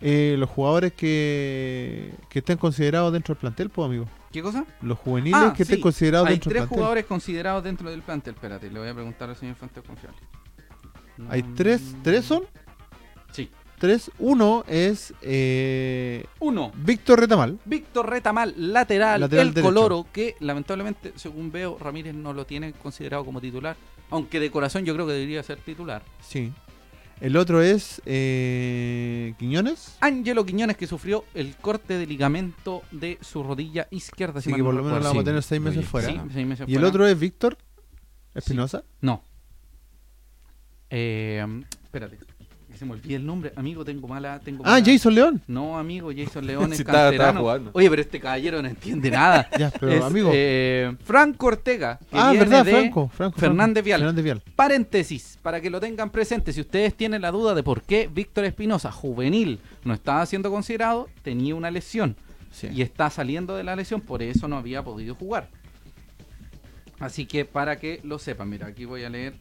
eh, los jugadores que, que estén considerados dentro del plantel, pues, amigo. ¿Qué cosa? Los juveniles Ah, que estén sí. considerados Hay dentro tres del plantel. jugadores considerados dentro del plantel. Espérate, le voy a preguntar al señor fuente confiable. Hay No, tres, tres son. Sí. Tres, uno es eh, Uno. Víctor Retamal. Víctor Retamal, lateral, Lateral el derecho. Coloro, que lamentablemente, según veo, Ramírez no lo tiene considerado como titular. Aunque de corazón yo creo que debería ser titular. Sí. El otro es eh, Quiñones. Ángelo Quiñones que sufrió el corte de ligamento de su rodilla izquierda. Así si que mal por no lo menos recuerdo. recuerdo. la vamos a Sí, tener seis muy meses bien. fuera. Sí, seis meses Y el fuera. otro es Víctor Espinosa. No. Eh, espérate. que Se me olvidó el nombre. Amigo, tengo mala... Tengo Ah, mala- Jason León. No, amigo, Jason León es Sí, estaba- estaba canterano. jugando. Oye, pero este caballero no entiende nada. Ya, pero Es, amigo. eh, Franco Ortega. que ah, viene verdad, de- Franco, Franco, Franco. Fernández Vial. Fernández Vial. Paréntesis, para que lo tengan presente, si ustedes tienen la duda de por qué Víctor Espinosa, juvenil, no estaba siendo considerado, tenía una lesión y está saliendo de la lesión, por eso no había podido jugar. Así que para que lo sepan, mira, aquí voy a leer.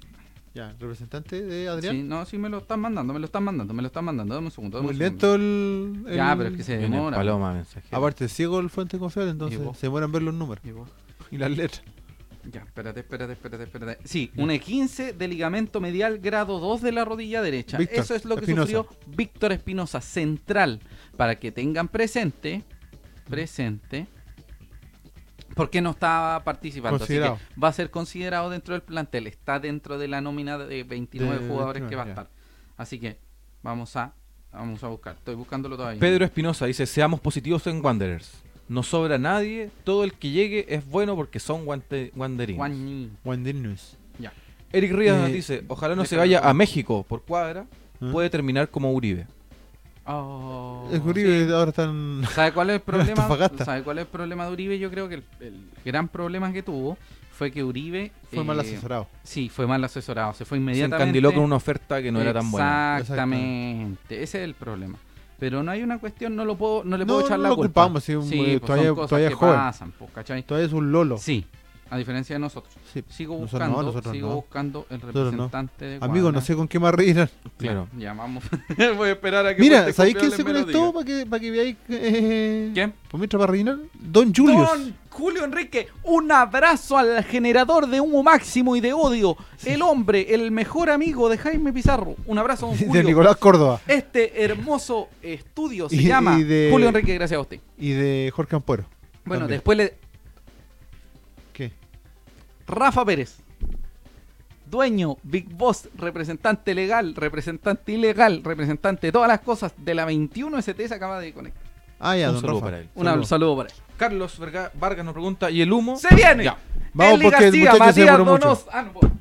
Ya, representante de Sí, Adrián. no, sí me lo están mandando, me lo están mandando, me lo están mandando. Dame un segundo. dame Muy un lento el, segundo. Ya, el- pero es que se Viene demora. Paloma, mensajero. Aparte, ciego el fuente confiable, entonces Llegó. se demoran ver los números Y vos- y las letras. Ya, espérate, espérate, espérate, espérate. Sí, un E15 de ligamento medial grado 2 de la rodilla derecha. Víctor Eso es lo que Espinosa. sufrió Víctor Espinosa, central. Para que tengan presente, presente, porque no estaba participando. Así que Considerado. va a ser considerado dentro del plantel. Está dentro de la nómina de 29 De jugadores 29, que va a ya. estar. Así que vamos a, vamos a buscar. Estoy buscándolo todavía. Pedro Espinosa dice, seamos positivos en Wanderers. No sobra nadie, todo el que llegue es bueno porque son guante- Wanderings. Guanyi. Wendell News. Eric Rivas nos Eh, dice, ojalá no se déjalo. vaya a México por cuadra, ¿Ah? puede terminar como Uribe. Oh, Es Uribe, ahora están. ¿Sabe cuál es el problema? Antofagasta. ¿Sabe cuál es el problema de Uribe? Yo creo que el, el gran problema que tuvo fue que Uribe Fue mal eh, asesorado. Sí, fue mal asesorado, se fue Se inmediatamente. encandiló con una oferta que no era tan buena. Exactamente, ese es el problema. Pero no hay una cuestión, no lo puedo, no le No, puedo echar no la lo culpa. culpamos, sí, un- eh, pues, son todavía- cosas todavía que es joven. pasan, pues, ¿cachai? Todavía es un Lolo. Sí, A diferencia de nosotros. Sí. Sigo Nosotros buscando, no, nosotros sigo no. buscando el Nosotros no. representante de Amigo, no Guadalajara. sé con qué más rellenar. Claro. Ya, vamos. Voy a esperar a que. Mira, Fuente ¿sabéis quién Confiable se me lo conectó diga. para que, para que veáis? Eh, ¿Quién? Por mientras para rellenar, Don Julius. Don Julio Enrique, un abrazo al generador de humo máximo y de odio. El hombre, el mejor amigo de Jaime Pizarro. Un abrazo, don de Julio. Nicolás Córdoba Este hermoso estudio se Y- llama y de- Julio Enrique, gracias a usted. y de Jorge Ampuero. Bueno, También. después le. ¿Qué? Rafa Pérez. Dueño, Big Boss, representante legal, representante ilegal, representante de todas las cosas de la 21ST se acaba de conectar. Ah, ya, Un don saludo Rafa. para él. Un Saludo. ab- saludo para él. Carlos Verga- Vargas nos pregunta, ¿y el humo? ¡Se viene! Ya. Vamos, Eli porque el García, muchacho se Matías demoró mucho. Donos- Ah, no puedo.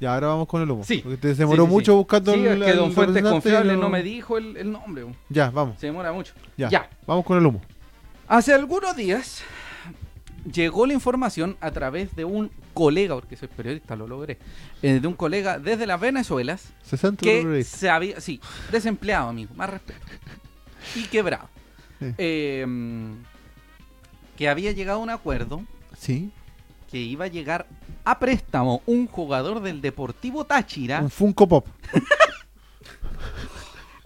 Ya, ahora vamos con el humo. Sí. Porque te- se demoró Sí, sí, mucho sí. buscando Sí, el, es que al Don Fuentes representante y Confiable no me dijo el, el nombre. bo. Ya, vamos. Se demora mucho. Ya. Ya. Vamos con el humo. Hace algunos días llegó la información a través de un colega, porque soy periodista, lo logré, eh, de un colega desde las Venezuelas 60 que dólares. se había, sí, desempleado, amigo, más respeto, y quebrado. Sí. Eh, mm, que había llegado a un acuerdo Sí. que iba a llegar a préstamo un jugador del Deportivo Táchira, Un Funko Pop.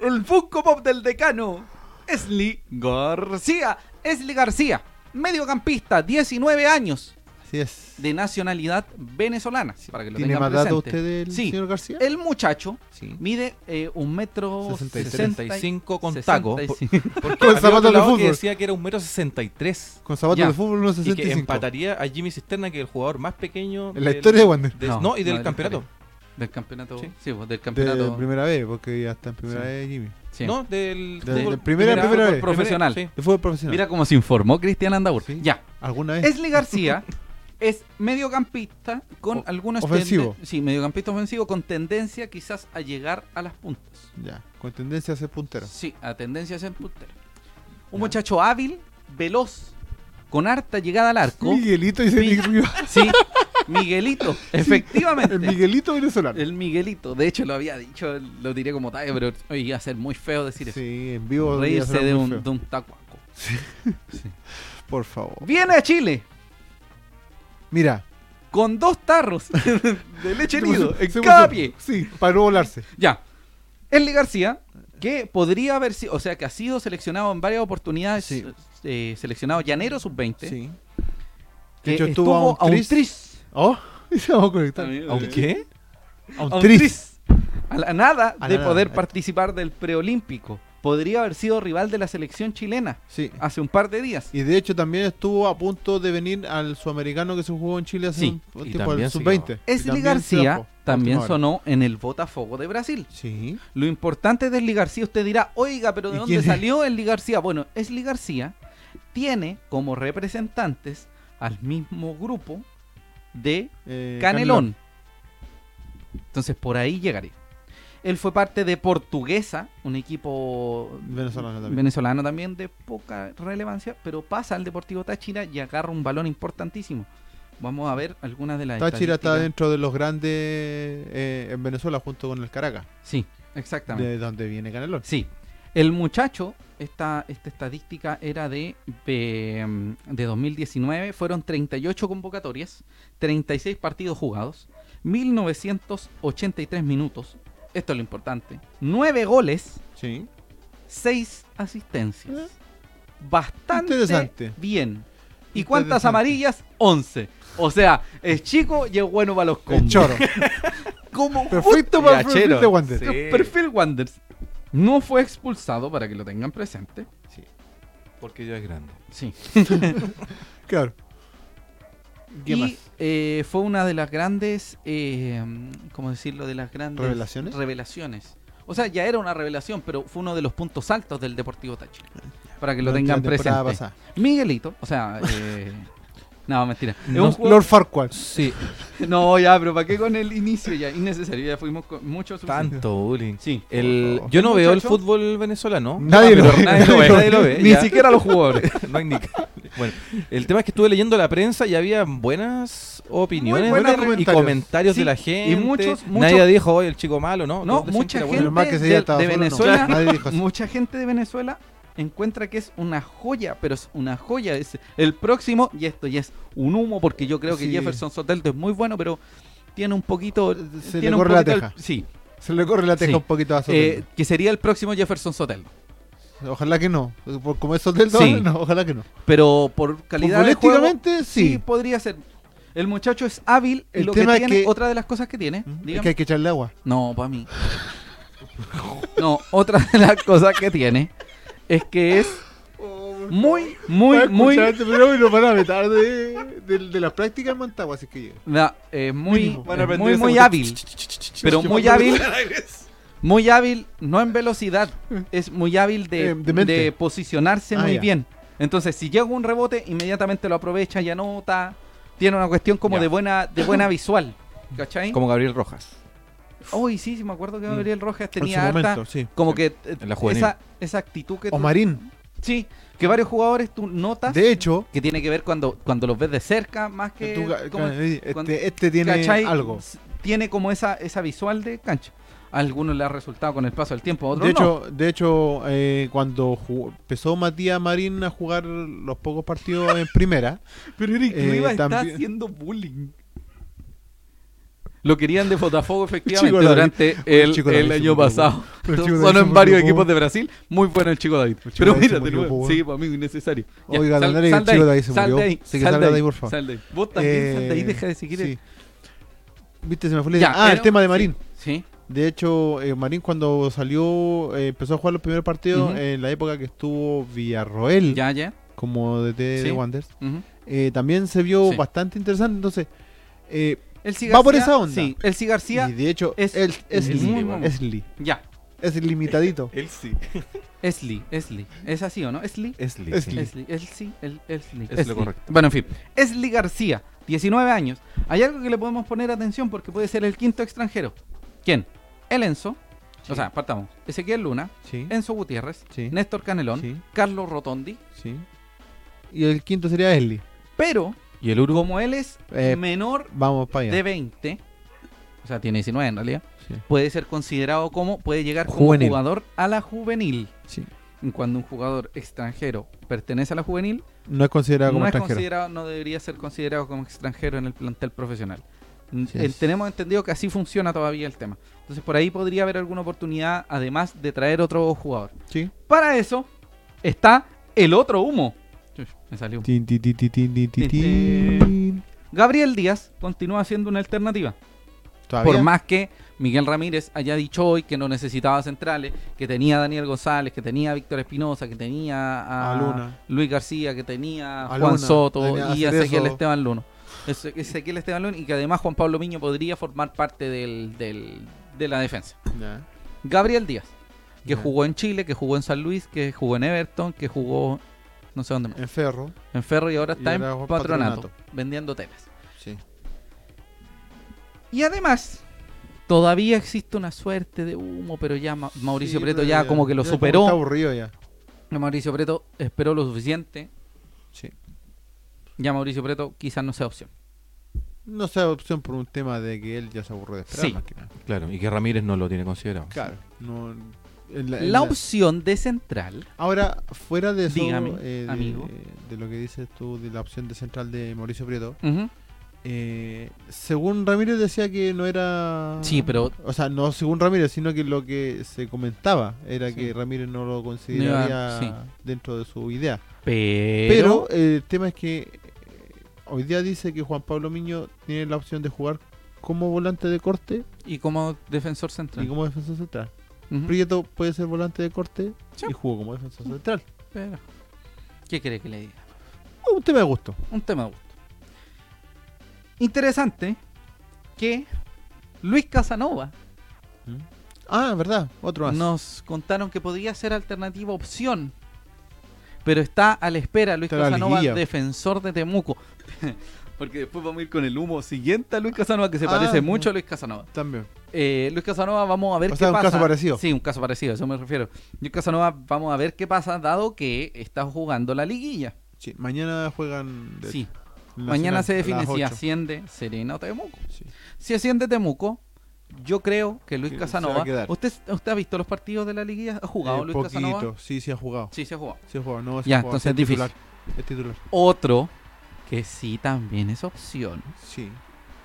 el Funko Pop del decano, Esli García. Esli García, mediocampista, 19 años. Así es. de nacionalidad venezolana. Para que lo ¿Tiene tengan más datos presente. usted del Sí. Eh, señor García? El muchacho Sí. mide eh, un metro Sesenta y tres. 65 con taco. 65. Porque Con había zapatos otro de lado fútbol. Que decía que era un mero 63. Con zapatos Ya. de fútbol unos Y que 65. empataría a Jimmy Cisterna, que es el jugador más pequeño. En la del- historia de Wander. de- No, no, y del no, de la campeonato. del campeonato. Sí, Sí. pues, del De campeonato. primera vez, porque ya está en primera Sí. vez Jimmy. sí. No, del. De- fútbol de primera a primera fútbol vez. Profesional. sí. De fútbol profesional. Mira cómo se informó Cristian Andaur. Sí. Ya. ¿Alguna vez? Esli García es mediocampista con O- algunos. ofensivo. tenden- Sí, mediocampista ofensivo con tendencia quizás a llegar a las puntas. Ya. Con tendencia a ser puntero. Sí, a tendencia a ser puntero. Un muchacho hábil, veloz, con harta llegada al arco. Miguelito dice Mi- Nick Rivas. Sí, Miguelito, efectivamente. El Miguelito venezolano. El Miguelito, de hecho lo había dicho, lo diré como tal, pero hoy iba a ser muy feo decir eso. Sí, en vivo. debería Reírse sonar de muy un, feo. de un tacuaco. Por favor. Viene a Chile Mira. con dos tarros de leche nido en Se puso- cada pie. Sí, para no volarse. Ya. Eli García, que podría haber sido, o sea, que ha sido seleccionado en varias oportunidades, Sí. eh, seleccionado llanero sub-20, De que hecho, estuvo, estuvo a un tris. Oh, y se vamos a conectar. También, A un- eh. ¿Qué? A un a un tris. tris, a la nada A la de nada, poder eh. participar del preolímpico. Podría haber sido rival de la selección chilena Sí. hace un par de días. Y de hecho también estuvo a punto de venir al sudamericano que se jugó en Chile hace Sí, un- un y tiempo, el también se sub-20. Y Esli también se García bajó, a también última hora. sonó en el Botafogo de Brasil. Sí. Lo importante de Esli García, usted dirá, oiga, pero ¿de ¿Y dónde quién es? salió Esli García? Bueno, Esli García tiene como representantes al mismo grupo de Eh, Canelón. Entonces por ahí llegaré. Él fue parte de Portuguesa, un equipo Venezolano también. venezolano también de poca relevancia, pero pasa al Deportivo Táchira y agarra un balón importantísimo. Vamos a ver algunas de las Táchira está estadísticas. dentro de los grandes eh, en Venezuela junto con el Caracas, Sí, exactamente. de donde viene Canelón. Sí. El muchacho, esta, esta estadística era de, de, mm, de 2019, fueron 38 convocatorias, 36 partidos jugados, 1983 minutos, esto es lo importante, 9 goles, Sí. 6 asistencias. Eh. Bastante Interesante. bien. ¿Y cuántas Interesante. amarillas? 11. O sea, es chico y es bueno para los Con combos. choro. Como justo Perfecto para el ya, perfil de Wander. Sí. el Perfil Wanders no fue expulsado para que lo tengan presente. Porque yo es grande. Sí. Claro. ¿Qué más? Y eh, fue una de las grandes, eh, ¿cómo decirlo? De las grandes ¿Revelaciones? revelaciones. O sea, ya era una revelación, pero fue uno de los puntos altos del Deportivo Táchira. Para que lo Durante tengan la temporada presente. pasada. Miguelito, o sea, eh, no, mentira. Es un Lord- jugador- Lord Farquaad. Sí, No, ya, pero ¿para qué con el inicio ya? Innecesario, ya fuimos con mucho suficiente. tanto bullying. Sí. El, favor. yo no veo el Muchacho. fútbol venezolano. Nadie lo ve. Nadie lo ve, nadie lo ve, Ni ya. siquiera los jugadores. No hay ni- Bueno, el tema es que estuve leyendo la prensa y había buenas opiniones Muy buenos y comentarios. comentarios Sí, de la y gente. muchos- muchos- Nadie dijo, oye, el chico malo, ¿no? No, Todos decían que mucha era gente bueno. Menos mal que de, ese día estaba de solo, no. Venezuela, Nadie dijo eso. mucha gente de Venezuela encuentra que es una joya, pero es una joya. Es el próximo, y esto ya es un humo, porque yo creo que Sí. Jefferson Soteldo es muy bueno, pero tiene un poquito. Se tiene le un corre la poquito el- teja. sí, Se le corre la teja Sí. un poquito a eh, Soteldo. que sería el próximo Jefferson Soteldo. ojalá que no. Por como es Soteldo, Sí. no, ojalá que no. Pero por calidad de juego, sí. Futbolísticamente, pues, sí. podría ser. El muchacho es hábil y El lo que tema es tiene, que- otra de las cosas que tiene, ¿Mm? Es dígame. que hay que echarle agua. No, para mí. No, otra de las cosas que tiene es que es muy, muy, muy, este de, las prácticas en Montagua, así que llega. na- eh, muy, Mínimo. eh, muy, muy hábil. Pero muy hábil, muy hábil, no en velocidad, es muy hábil de, Eh, de mente. de posicionarse Ah, muy ya. bien. Entonces, si llega un rebote, inmediatamente lo aprovecha y anota. Tiene una cuestión como Ya. de buena, de buena visual. ¿Cachai? Como Gabriel Rojas. Uy, sí, sí, me acuerdo que Gabriel Rojas Mm. en tenía su harta, momento, sí. como que eh, En la juvenil. esa, esa actitud que O tú- Marín. Sí, que varios jugadores tú notas De hecho, que tiene que ver cuando, cuando los ves de cerca más que... tú ga- como- ga- este, cuando- este tiene ¿cachai? algo. S- Tiene como esa, esa visual de cancha. A algunos le ha resultado con el paso del tiempo, a otros De no. hecho, de hecho eh, cuando ju- empezó Matías Marín a jugar los pocos partidos en primera, Pero Eric eh, Riva está también- haciendo bullying. Lo querían de Botafogo efectivamente Chico David. durante el el, Chico David el se año murió, pasado. El Chico David Solo se en varios murió, equipos po. de Brasil. Muy bueno el Chico David. Chico Pero David se mira, de murió, nuevo, po, sí, para mí innecesario. Ya, Oiga, sal- don Eric, sal el de Chico ahí, David se sal de murió. ahí, Así que sal salga de de ahí, ahí, por favor. sal de ahí. Vos también sal de ahí, Eh, deja de seguir el- sí. Viste, se me fue la Ya, idea. Ah, el pero- tema de Marín. Sí. De hecho, eh, Marín cuando salió, eh, empezó a jugar los primeros partidos Ujú. en la época que estuvo Villarroel Ya, ya. como DT Sí. de Wanderers, Ujú. eh, también se vio Sí. bastante interesante. Entonces, eh, El Ci Va por García- esa onda. Sí, el Ci García y de hecho, es- es, él es, es li- muy bueno. es li- Ya, es limitadito. Él sí. Esli, Esli. ¿Es así o no? Esli. Es Lee. Es sí. Lee. Esli, Esli, el- Esli. Es lo Esli. correcto. Bueno, en fin. Esli García, 19 años. Hay algo que le podemos poner atención porque puede ser el quinto extranjero. ¿Quién? El Enzo. O sea, partamos. Ezequiel Luna, Sí, Enzo Gutiérrez, Sí. Néstor Canelón, Sí. Carlos Rotondi. sí. Y el quinto sería Esli. Pero, Y el Uruguay. como él es Eh, menor Vamos para allá. de 20, o sea, tiene 19 en realidad, Sí. puede ser considerado como, puede llegar como Juvenil. jugador a la juvenil. Sí. Cuando un jugador extranjero pertenece a la juvenil, No es considerado como no es extranjero. considerado, no debería ser considerado como extranjero en el plantel profesional. N- Así eh, es. Tenemos entendido que así funciona todavía el tema. Entonces por ahí podría haber alguna oportunidad, además de traer otro jugador. Sí. Para eso está el otro humo. Uy, Me salió. Tin, tin, tin, tin, tin, tin, Tin, tin. Gabriel Díaz continúa siendo una alternativa. Todavía. Este, Por más que Miguel Ramírez haya dicho hoy que no necesitaba centrales, que tenía a Daniel González, que tenía a Víctor Espinosa, que tenía a, A Luna. Luis García, que tenía a A Juan Luna, Soto tenía a y a Ezequiel Cerezo. Esteban Luno. Ese- Ezequiel Esteban Luno y que además Juan Pablo Miño podría formar parte del- del- de la defensa. Ya. Gabriel Díaz, que Ya. jugó en Chile, que jugó en San Luis, que jugó en Everton, que jugó no sé dónde más, En Ferro. en Ferro y ahora está Y en ahora Juan patronato, Patronato. vendiendo telas. Sí. Y además, todavía existe una suerte de humo, pero ya Ma- Mauricio Sí, Preto pero ya, como que lo ya Está superó. aburrido ya. Mauricio Preto esperó lo suficiente. Sí. Ya Mauricio Preto quizás no sea opción. No sea opción por un tema de que él ya se aburrió de esperar Sí. más que nada. Claro, y que Ramírez no lo tiene considerado. Claro. No, en la- en La la- opción de central, Ahora, fuera de eso, Dígame, eh, de, amigo. de lo que dices tú de la opción de central de Mauricio Prieto, ujú, eh, según Ramírez decía que no era... Sí, pero- O sea, no según Ramírez, sino que lo que se comentaba era Sí. que Ramírez no lo No consideraría iba- dentro de su idea. pero, Pero, eh, el tema es que eh, hoy día dice que Juan Pablo Miño tiene la opción de jugar como volante de corte y como defensor central. y como defensor central. Ujú, Prieto puede ser volante de corte Sí. y jugó como defensor central. pero, ¿Qué cree que le diga? Un tema de gusto. Un tema de gusto. Interesante que Luis Casanova Ah, verdad, otro más. Nos contaron que podía ser alternativa opción. Pero está a la espera Luis Está la Casanova, liguilla. defensor de Temuco. Porque después vamos a ir con el humo siguiente a Luis Casanova, que se Ah, parece ya. mucho a Luis Casanova. También. Eh, Luis Casanova, vamos a ver O qué sea, un pasa. caso parecido. Sí, un caso parecido, a eso me refiero. Luis Casanova, vamos a ver qué pasa, dado que está jugando la liguilla. Sí, mañana juegan. de- Sí, Nacional, mañana se a define las si ocho. asciende Serena o Temuco. Sí. Si asciende Temuco, Yo creo que Luis Que se va a Casanova. quedar. ¿Usted, ¿Usted ha visto los partidos de la liguilla? ¿Ha jugado Eh, Luis poquito, Casanova? sí, sí ha jugado. Sí, se ha jugado. Sí ha jugado, no, sí Ya, ha jugado, entonces es difícil. titular, es titular. Otro que sí también es opción. Sí.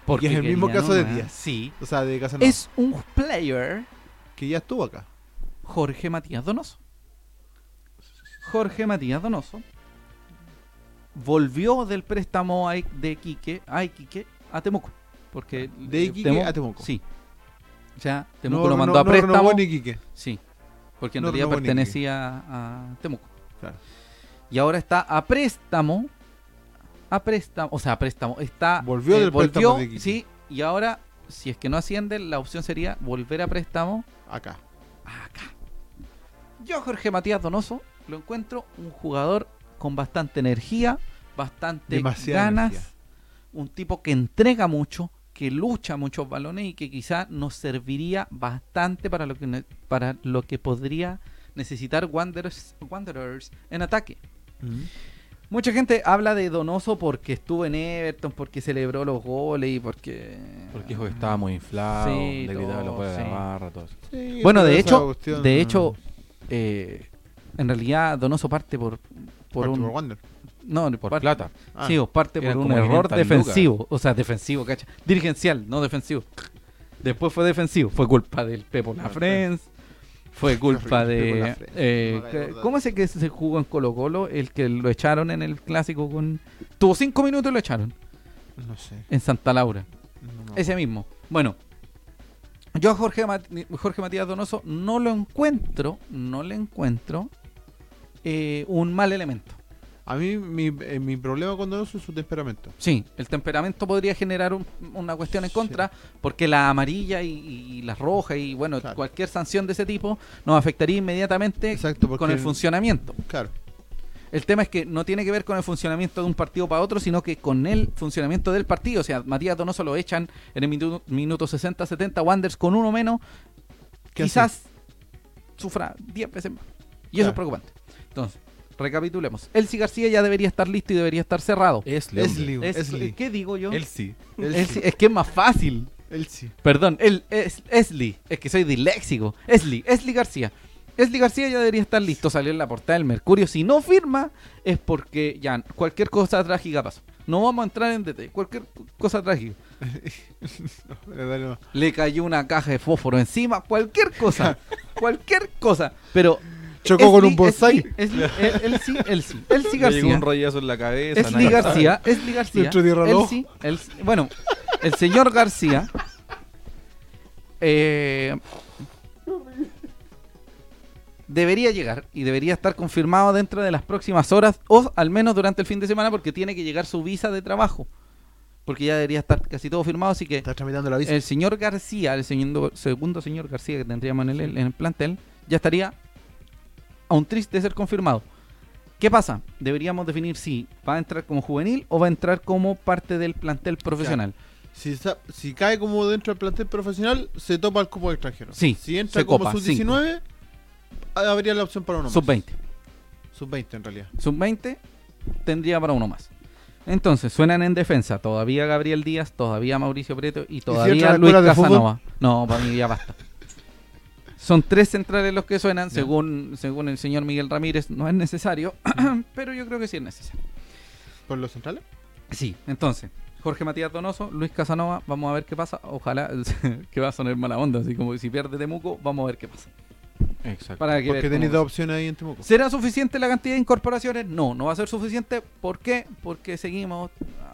Porque es el mismo querían caso de una- Díaz. Sí. O sea, de Casanova. Es un player Que ya estuvo acá. Jorge Matías Donoso. Jorge Matías Donoso volvió del préstamo a I- de Iquique a, Iquique, a Temuco. Porque De eh, Iquique a Temuco. Sí. O sea, No, Temuco lo no, mandó no, a no renovó préstamo. ni Quique. sí. Porque en no realidad renovó ni pertenecía a Temuco. Claro. Y ahora está a préstamo. A préstamo. O sea, a préstamo. Está. eh, Volvió del préstamo de Iquique. Sí. Y ahora, si es que no asciende, la opción sería volver a préstamo Acá. acá. Yo, a Jorge Matías Donoso, lo encuentro un jugador con bastante energía, bastante Demasiada ganas, energía. un tipo que entrega mucho, que lucha muchos balones y que quizá nos serviría bastante para lo que, ne- para lo que podría necesitar Wanderers, Wanderers en ataque. Mm. Mucha gente habla de Donoso porque estuvo en Everton, porque celebró los goles y porque... Porque dijo que estaba muy inflado, Sí, le gritaba todo, los goles de la sí. barra, todo eso. Sí, Bueno, pero de esa hecho, cuestión- de hecho, eh, en realidad Donoso parte por, por Parte un por Wander. no Por parte- plata. Ah, sí, o parte Eran por un como error 500 defensivo, o sea, defensivo, cacha, dirigencial, no defensivo. Después fue defensivo, fue culpa del Pepo La Friends, fue culpa Ah, Pepo de Lafrens, eh, no me hagas que- acordar. ¿Cómo es el que se jugó en Colo Colo? El que lo echaron en el clásico con tuvo cinco minutos y lo echaron No sé. en Santa Laura. no me Ese mismo. Bueno, yo a Jorge, Mat- Jorge Matías Donoso no lo encuentro, no le encuentro eh, un mal elemento. A mí mi, eh, mi problema con Donoso es su temperamento. Sí, el temperamento podría generar un- una cuestión en Sí. contra, porque la amarilla y, y las rojas y bueno, Claro. cualquier sanción de ese tipo nos afectaría inmediatamente Exacto, porque con el el- funcionamiento. Claro. El tema es que no tiene que ver con el funcionamiento de un partido para otro, sino que con el funcionamiento del partido. O sea, Matías Donoso lo echan en el minuto, minuto 60-70, Wanders con uno menos, ¿Qué quizás sufra 10 veces más. Y eso Claro. es preocupante. Entonces, recapitulemos. Elsie García ya debería estar listo y debería estar cerrado. Es Es Liu. Es- Es Lee. ¿Qué Eh, digo yo? Él sí. Él Elsie- sí. es que es más fácil. Él sí. Perdón, el, es, Esli. Es que soy disléxico. Esli, Esli García. Esli García ya debería estar listo. Salió en la portada del Mercurio. Si no firma, es porque ya cualquier cosa trágica pasó. No vamos a entrar en detalle. Cualquier cosa trágica. Dale, dale más. Le cayó una caja de fósforo encima. Cualquier cosa. cualquier cosa. Pero. Chocó con un bonsái. bonsai. Esli, Esli- él, él sí, él sí. Elsie Le llegó García. un rollazo en la cabeza. Esli nadie sabe. García, Esli García. Nuestro Di Raló. él sí, él sí. bueno, el señor García. eh, debería llegar y debería estar confirmado dentro de las próximas horas o al menos durante el fin de semana porque tiene que llegar su visa de trabajo. Porque ya debería estar casi todo firmado, así que Estás tramitando la visa. el señor García, el segundo, segundo señor García que tendríamos en el, en el plantel, ya estaría a un triste de ser confirmado. ¿Qué pasa? Deberíamos definir si va a entrar como juvenil o va a entrar como parte del plantel profesional. Si, sa- si cae como dentro del plantel profesional, se topa el cupo de extranjero. Sí, Si entra se como copa, sub-19, habría la opción para uno más. Sub-20. Sub-20 en realidad. Sub-20 tendría para uno más. Entonces, suenan en defensa. Todavía Gabriel Díaz, todavía Mauricio Preto y todavía entra a la Luis escuela de Casanova. No, para mí ya basta. Son tres centrales los que suenan, según, según el señor Miguel Ramírez. No es necesario, Mm. pero yo creo que sí es necesario. ¿Por los centrales? Sí, entonces, Jorge Matías Donoso, Luis Casanova, vamos a ver qué pasa. Ojalá que va a sonar mala onda, así como si pierde Temuco, vamos a ver qué pasa. Exacto. Para que Porque ver cómo tenéis va. dos opciones ahí en Temuco. ¿Será suficiente la cantidad de incorporaciones? No, no va a ser suficiente. ¿Por qué? Porque seguimos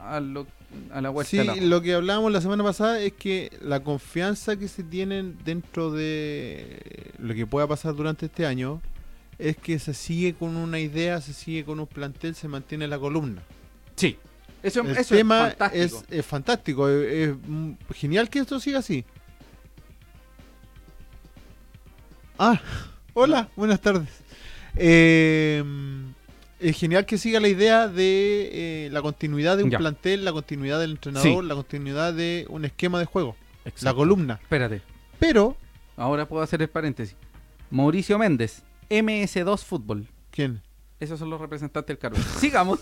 a, lo- a la vuelta. Sí, de la- lo que hablábamos la semana pasada es que la confianza que se tienen dentro de lo que pueda pasar durante este año es que se sigue con una idea, se sigue con un plantel, se mantiene la columna. Sí. Eso, El eso es tema fantástico. es, es fantástico, es, es, mm, genial que esto siga así. Ah, hola, buenas tardes. Eh, es genial que siga la idea de eh, la continuidad de un Ya. plantel, la continuidad del entrenador, Sí. la continuidad de un esquema de juego, la Exacto. columna. Espérate, Pero, ahora puedo hacer el paréntesis. Mauricio Méndez, MS2 Fútbol. ¿quién? Esos son los representantes del cargo. Sigamos.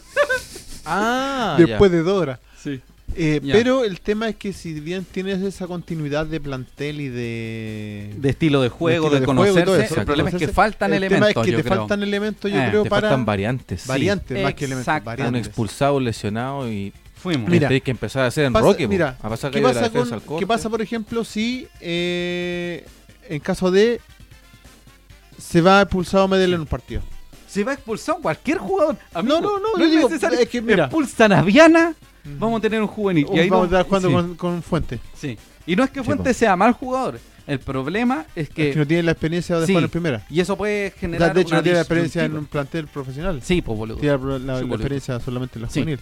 Ah, Después de dos horas. Sí. Eh, Ya. Pero el tema es que si bien tienes esa continuidad de plantel y de... de estilo de juego, de, estilo juego y todo conocerse. eso, el problema es que conocerse. faltan el elementos. tema es que yo te creo. faltan elementos, yo Eh, creo, Te para... faltan variantes. sí. variantes, más que elementos, Exacto. Un variantes. expulsado, lesionado y Fuimos. Mira, tienes que empezar a hacer en Pasa- roque. po. mira, Ah, a pasar ¿qué gallo de la pasa, defensa con- al corte. qué pasa, por ejemplo, si eh, en caso de se va expulsado Medel en un partido? se va expulsado cualquier jugador. No, no, no, yo digo, es que mira. Expulsan a Viana, vamos a tener un juvenil. Y y ahí vamos no- a estar jugando sí, con, con Fuente, sí. Y no es que Sí, Fuentes sea mal jugador. El problema es que. que, no tiene la experiencia de Sí. jugar en primera. Y eso puede De generar. de hecho, una no tiene la disyuntiva. experiencia en un plantel profesional. Sí, pues boludo. Tiene la, la- Sí, la boludo. experiencia solamente en la Sí. juvenil.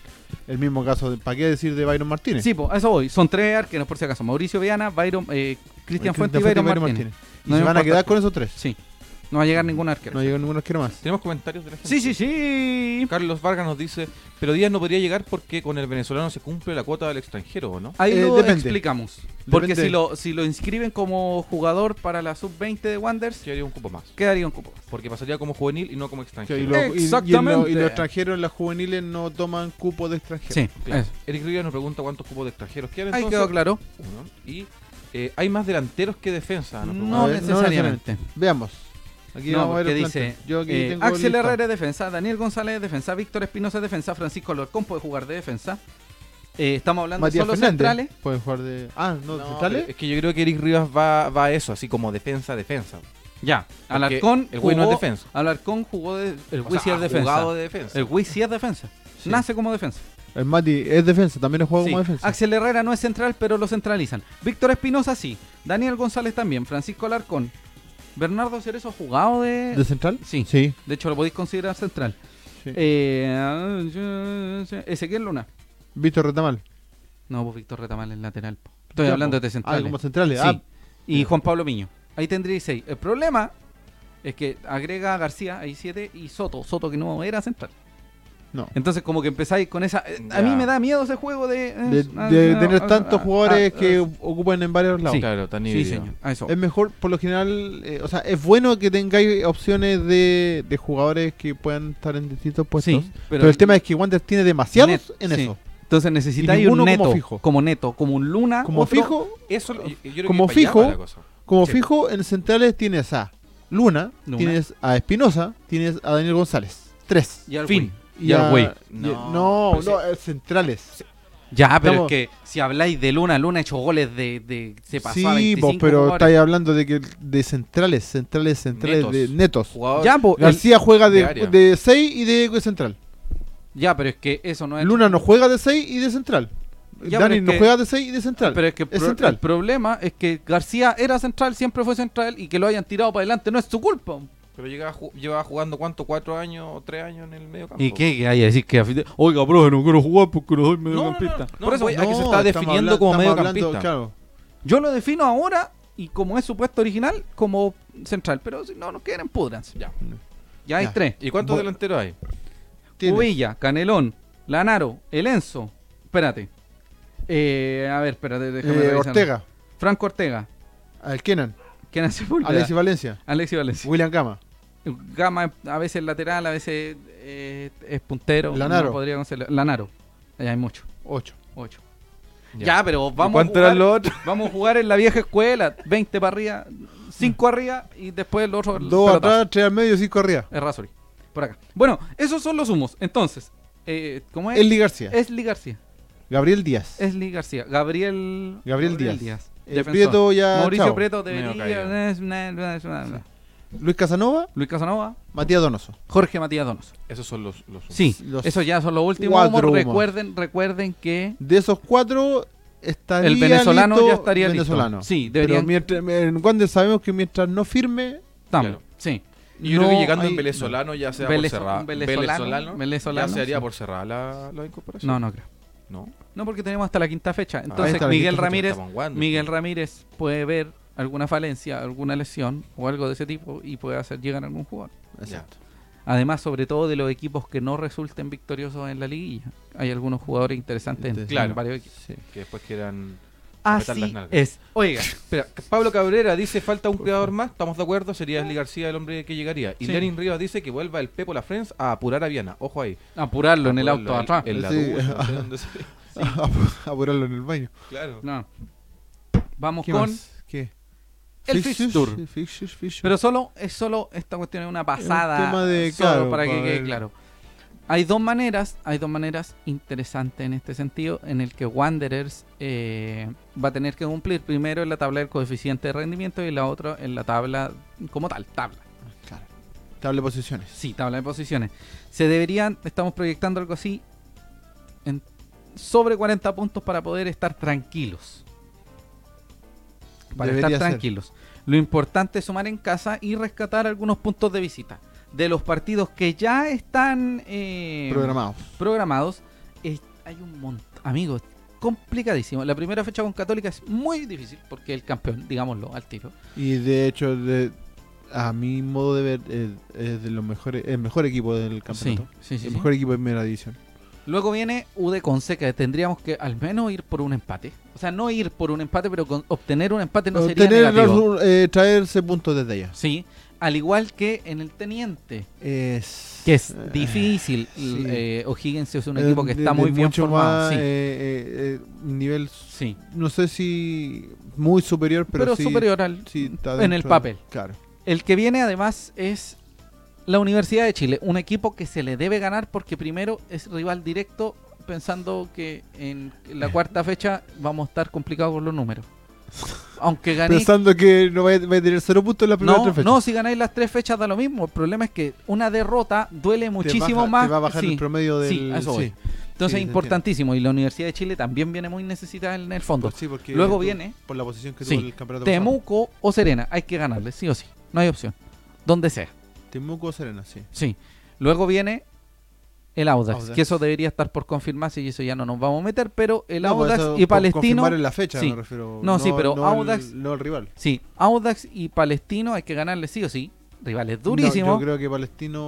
El mismo caso, de, ¿para qué decir de Byron Martínez? Sí, pues a eso voy. Son tres arqueros, por si acaso. Mauricio Viana, Byron, eh, Cristian Cristian Fuentes y Byron Martínez. Y No me se van a importa. quedar con esos tres. Sí. No va a llegar ningún arquero. No llega ninguno que más. Tenemos comentarios de la gente. Sí, sí, sí. Carlos Vargas nos dice, pero Díaz no podría llegar porque con el venezolano se cumple la cuota del extranjero, ¿o no? Ahí Eh, lo depende. explicamos. Porque Depende. si lo, si lo inscriben como jugador para la sub-20 de Wanderers, Que haría un cupo más. quedaría un cupo. Porque pasaría como juvenil y no como Sí, extranjero. y, los- y- y en lo- Exactamente. y los extranjeros en las juveniles no toman cupo de extranjeros. Sí, Claro. eso. Eric Rivas nos pregunta cuántos cupos de extranjeros quedan. ahí entonces. quedó claro. Uno. Y eh, hay más delanteros que defensa. nos pregunta. No A ver, ah, no necesariamente. Veamos. Aquí No, vamos a ver porque el dice, plantel. Yo aquí Eh, tengo Axel lista. Herrera es defensa, Daniel González es defensa, Víctor Espinosa es defensa, Francisco Alarcón puede jugar de defensa. Eh, estamos hablando Matías de solo Fernández. centrales. Puede jugar de. Ah, no, No, centrales. pero Es que yo creo que Eric Rivas va, va a eso, así como defensa, defensa. Ya, Alarcón el jugó, güey no es defensa. Alarcón jugó de, el O Wii sí sea, es ha defensa. jugado de defensa. El Wii sí es defensa. Sí. Nace como defensa. El Mati es defensa, también juega Sí. como defensa. Axel Herrera no es central, pero lo centralizan. Víctor Espinosa sí. Daniel González también. Francisco Alarcón. Bernardo Cerezo ha jugado de... ¿De central? Sí. Sí. De hecho, lo podéis considerar central. Sí. Eh, Ezequiel Luna. Víctor Retamal. No, pues Víctor Retamal es lateral. po. Estoy Ya, hablando po. de Ah, centrales. como centrales. Sí. Ah, y Juan Pablo Miño. Ahí tendría 6. El problema es que agrega a García, ahí 7, y Soto. Soto que no era central. no. Entonces, como que empezáis con esa. eh, A mí Ya. me da miedo ese juego de. eh, De, ah, de ah, tener ah, tantos ah, jugadores ah, que ah, ocupan en varios lados. Sí. Claro, tan Sí, dividido. señor. A eso. Es mejor, por lo general, eh, o sea, es bueno que tengáis opciones de, de jugadores que puedan estar en distintos puestos. Sí, pero, el tema es que Wander tiene demasiados Net- en sí. eso. Entonces necesitáis ninguno un como neto. Como, fijo. neto, como un luna. Como Ah, otro- fijo, Eso, yo- yo creo Como que para allá fijo, va la cosa. Como Sí. fijo, en centrales tienes a Luna, Luna. tienes a Espinosa, tienes a Daniel González. Tres. Y al Fin. güey. Y, Y al a- güey. y- No, No, no, pero eh, centrales. Ya, pero Estamos- es que si habláis de Luna, Luna ha hecho goles de. de se pasó a Sí, 25 vos, pero jugadores. estáis hablando de que de centrales, centrales, centrales, Netos. de netos. Jugador- Ya, po, el- García juega de de, área. de 6 y de central. ya, pero es que eso no es. Luna no juega de 6 y de central. Ya, pero Dani es no que- juega de 6 y de central. Pero es que es pro- el central. problema es que García era central, siempre fue central y que lo hayan tirado para adelante no es su culpa. Pero llegaba, ju- llevaba jugando cuánto, cuatro años o tres años en el medio campo. ¿Y qué? Que hay a decir que a fin de- Oiga, profe, no quiero jugar porque no soy mediocampista. Por eso voy es que se está definiendo como mediocampista. Claro. Yo lo defino ahora y como es su puesto original, como central. Pero si no nos quieren, pudranse. Ya. Ya hay Ya. tres. ¿Y cuántos Bo- delanteros hay? Tienes. Cubilla, Canelón, Lanaro, El Enzo. Espérate. Eh, a ver, espérate, déjame Eh, revisar. Ortega, Franco Ortega. al Kenan, ¿Quién hace Sepúlveda. Alexis Valencia, Alexis Valencia. William Gama. Gama a veces lateral, a veces eh, es puntero. Lanaro. No podría considerar- Lanaro. Ya hay mucho. 8. Ocho. Ya. Ya, pero vamos a cuánto jugar, eran los otros? vamos a jugar en la vieja escuela, 20 para arriba, 5 arriba y después el otro el Dos pelotazo. atrás, tres al medio, cinco arriba. Es Razori, por acá. Bueno, esos son los humos. Entonces, eh, ¿cómo es? Eli García, Esli García. Gabriel Díaz, Esli García. Gabriel. Gabriel Díaz. Eh, defensor. Prieto ya, Mauricio chao. Prieto Medio caído. debería. Luis Casanova, Luis Casanova. Matías Donoso. Jorge Matías Donoso. Esos son los, los Sí, Pues, Los eso ya son los últimos cuatro humos. humos. Recuerden, recuerden que De esos cuatro estaría el venezolano listo ya estaría listo. venezolano. Sí, Pero deberían. mientras, en Wander sabemos que mientras no firme, Estamos, Claro. Sí. Y Yo creo No que llegando hay- en venezolano ya sea Velezo- por cerrada. un venezolano, venezolano, ya se haría sí. por cerrada la, la incorporación. No, no creo. No. No, porque tenemos hasta la quinta fecha. ahí Entonces, está Ah, la Miguel quinta fecha, Ramírez estamos en Wander. Miguel Ramírez puede ver alguna falencia, alguna lesión o algo de ese tipo y puede hacer llegar a algún jugador. Exacto. Además, sobre todo de los equipos que no resulten victoriosos en la liguilla. Hay algunos jugadores interesantes en, Claro. en varios equipos. Sí. Que después quieran. apretar las Así nalgas. es. Oiga, Espera, Pablo Cabrera dice falta un creador más, estamos de acuerdo, sería Eli García el hombre que llegaría. Y Ah. Sí. Lenin Rivas dice que vuelva el Pepo La France a apurar a Viana. Ojo ahí. apurarlo en el Apurarlo auto atrás. En la Sí. ducha, no sé dónde se- a apurarlo en el baño. Claro. No. Vamos ¿Qué con más? ¿Qué? el Fixtures, fixture. fixtures, fixtures. Pero solo, es solo, esta cuestión es una pasada. tema de- solo claro, para que para quede ver. claro. Hay dos maneras, hay dos maneras interesantes en este sentido, en el que Wanderers eh, va a tener que cumplir primero en la tabla del coeficiente de rendimiento y la otra en la tabla como tal, tabla. Claro. Tabla de posiciones. Sí, tabla de posiciones. Se deberían, estamos proyectando algo así, en sobre 40 puntos para poder estar tranquilos. Para Debería estar ser. tranquilos. Lo importante es sumar en casa y rescatar algunos puntos de visita. De los partidos que ya están eh, Programados. programados, eh, hay un montón. Amigos, complicadísimo. La primera fecha con Católica es muy difícil porque el campeón, digámoslo, al tiro. Y de hecho, de- a mi modo de ver, eh, es de los mejores, el mejor equipo del campeonato. sí, sí, el sí. mejor equipo de primera división. Luego viene UD Conceca. Tendríamos que al menos ir por un empate. O sea, no ir por un empate, pero con- obtener un empate no sería Obtener los negativo. ru- eh, traerse puntos desde allá. Sí, al igual que en el Teniente, Es, que es eh, difícil. sí. L- eh, O'Higgins es un eh, equipo que de- está de muy bien mucho formado. más, sí, eh, eh, eh, nivel, sí. no sé si muy superior, pero, Pero, sí- superior al. sí está en el dentro de- papel. Claro. El que viene además es la Universidad de Chile, un equipo que se le debe ganar porque primero es rival directo, pensando que en Eh. la cuarta fecha vamos a estar complicados con los números. Aunque gané Pensando que no vaya, vaya a tener cero puntos en la primera No, tres fechas. no, si ganáis las tres fechas da lo mismo. El problema es que una derrota duele Te muchísimo baja- más. Te va a bajar sí. el promedio del. sí, a eso voy. Entonces sí, es te importantísimo. Y la Universidad de Chile también viene muy necesitada en el fondo. Por- Pues sí, porque Luego tú- viene- Por la posición que Sí. tuvo el campeonato. pasado. Temuco o Serena, hay que ganarle, sí o sí. No hay opción. Donde sea, Temuco o Serena, sí. sí. Luego viene el Audax, Audax. que eso debería estar por confirmarse y eso ya no nos vamos a meter, pero el No, pues Audax eso y por Palestino... confirmar en la fecha, sí. me refiero. No, sí, pero el- Audax- no el rival. Sí, Audax y Palestino hay que ganarle sí o sí. Rivales No, durísimos. yo creo que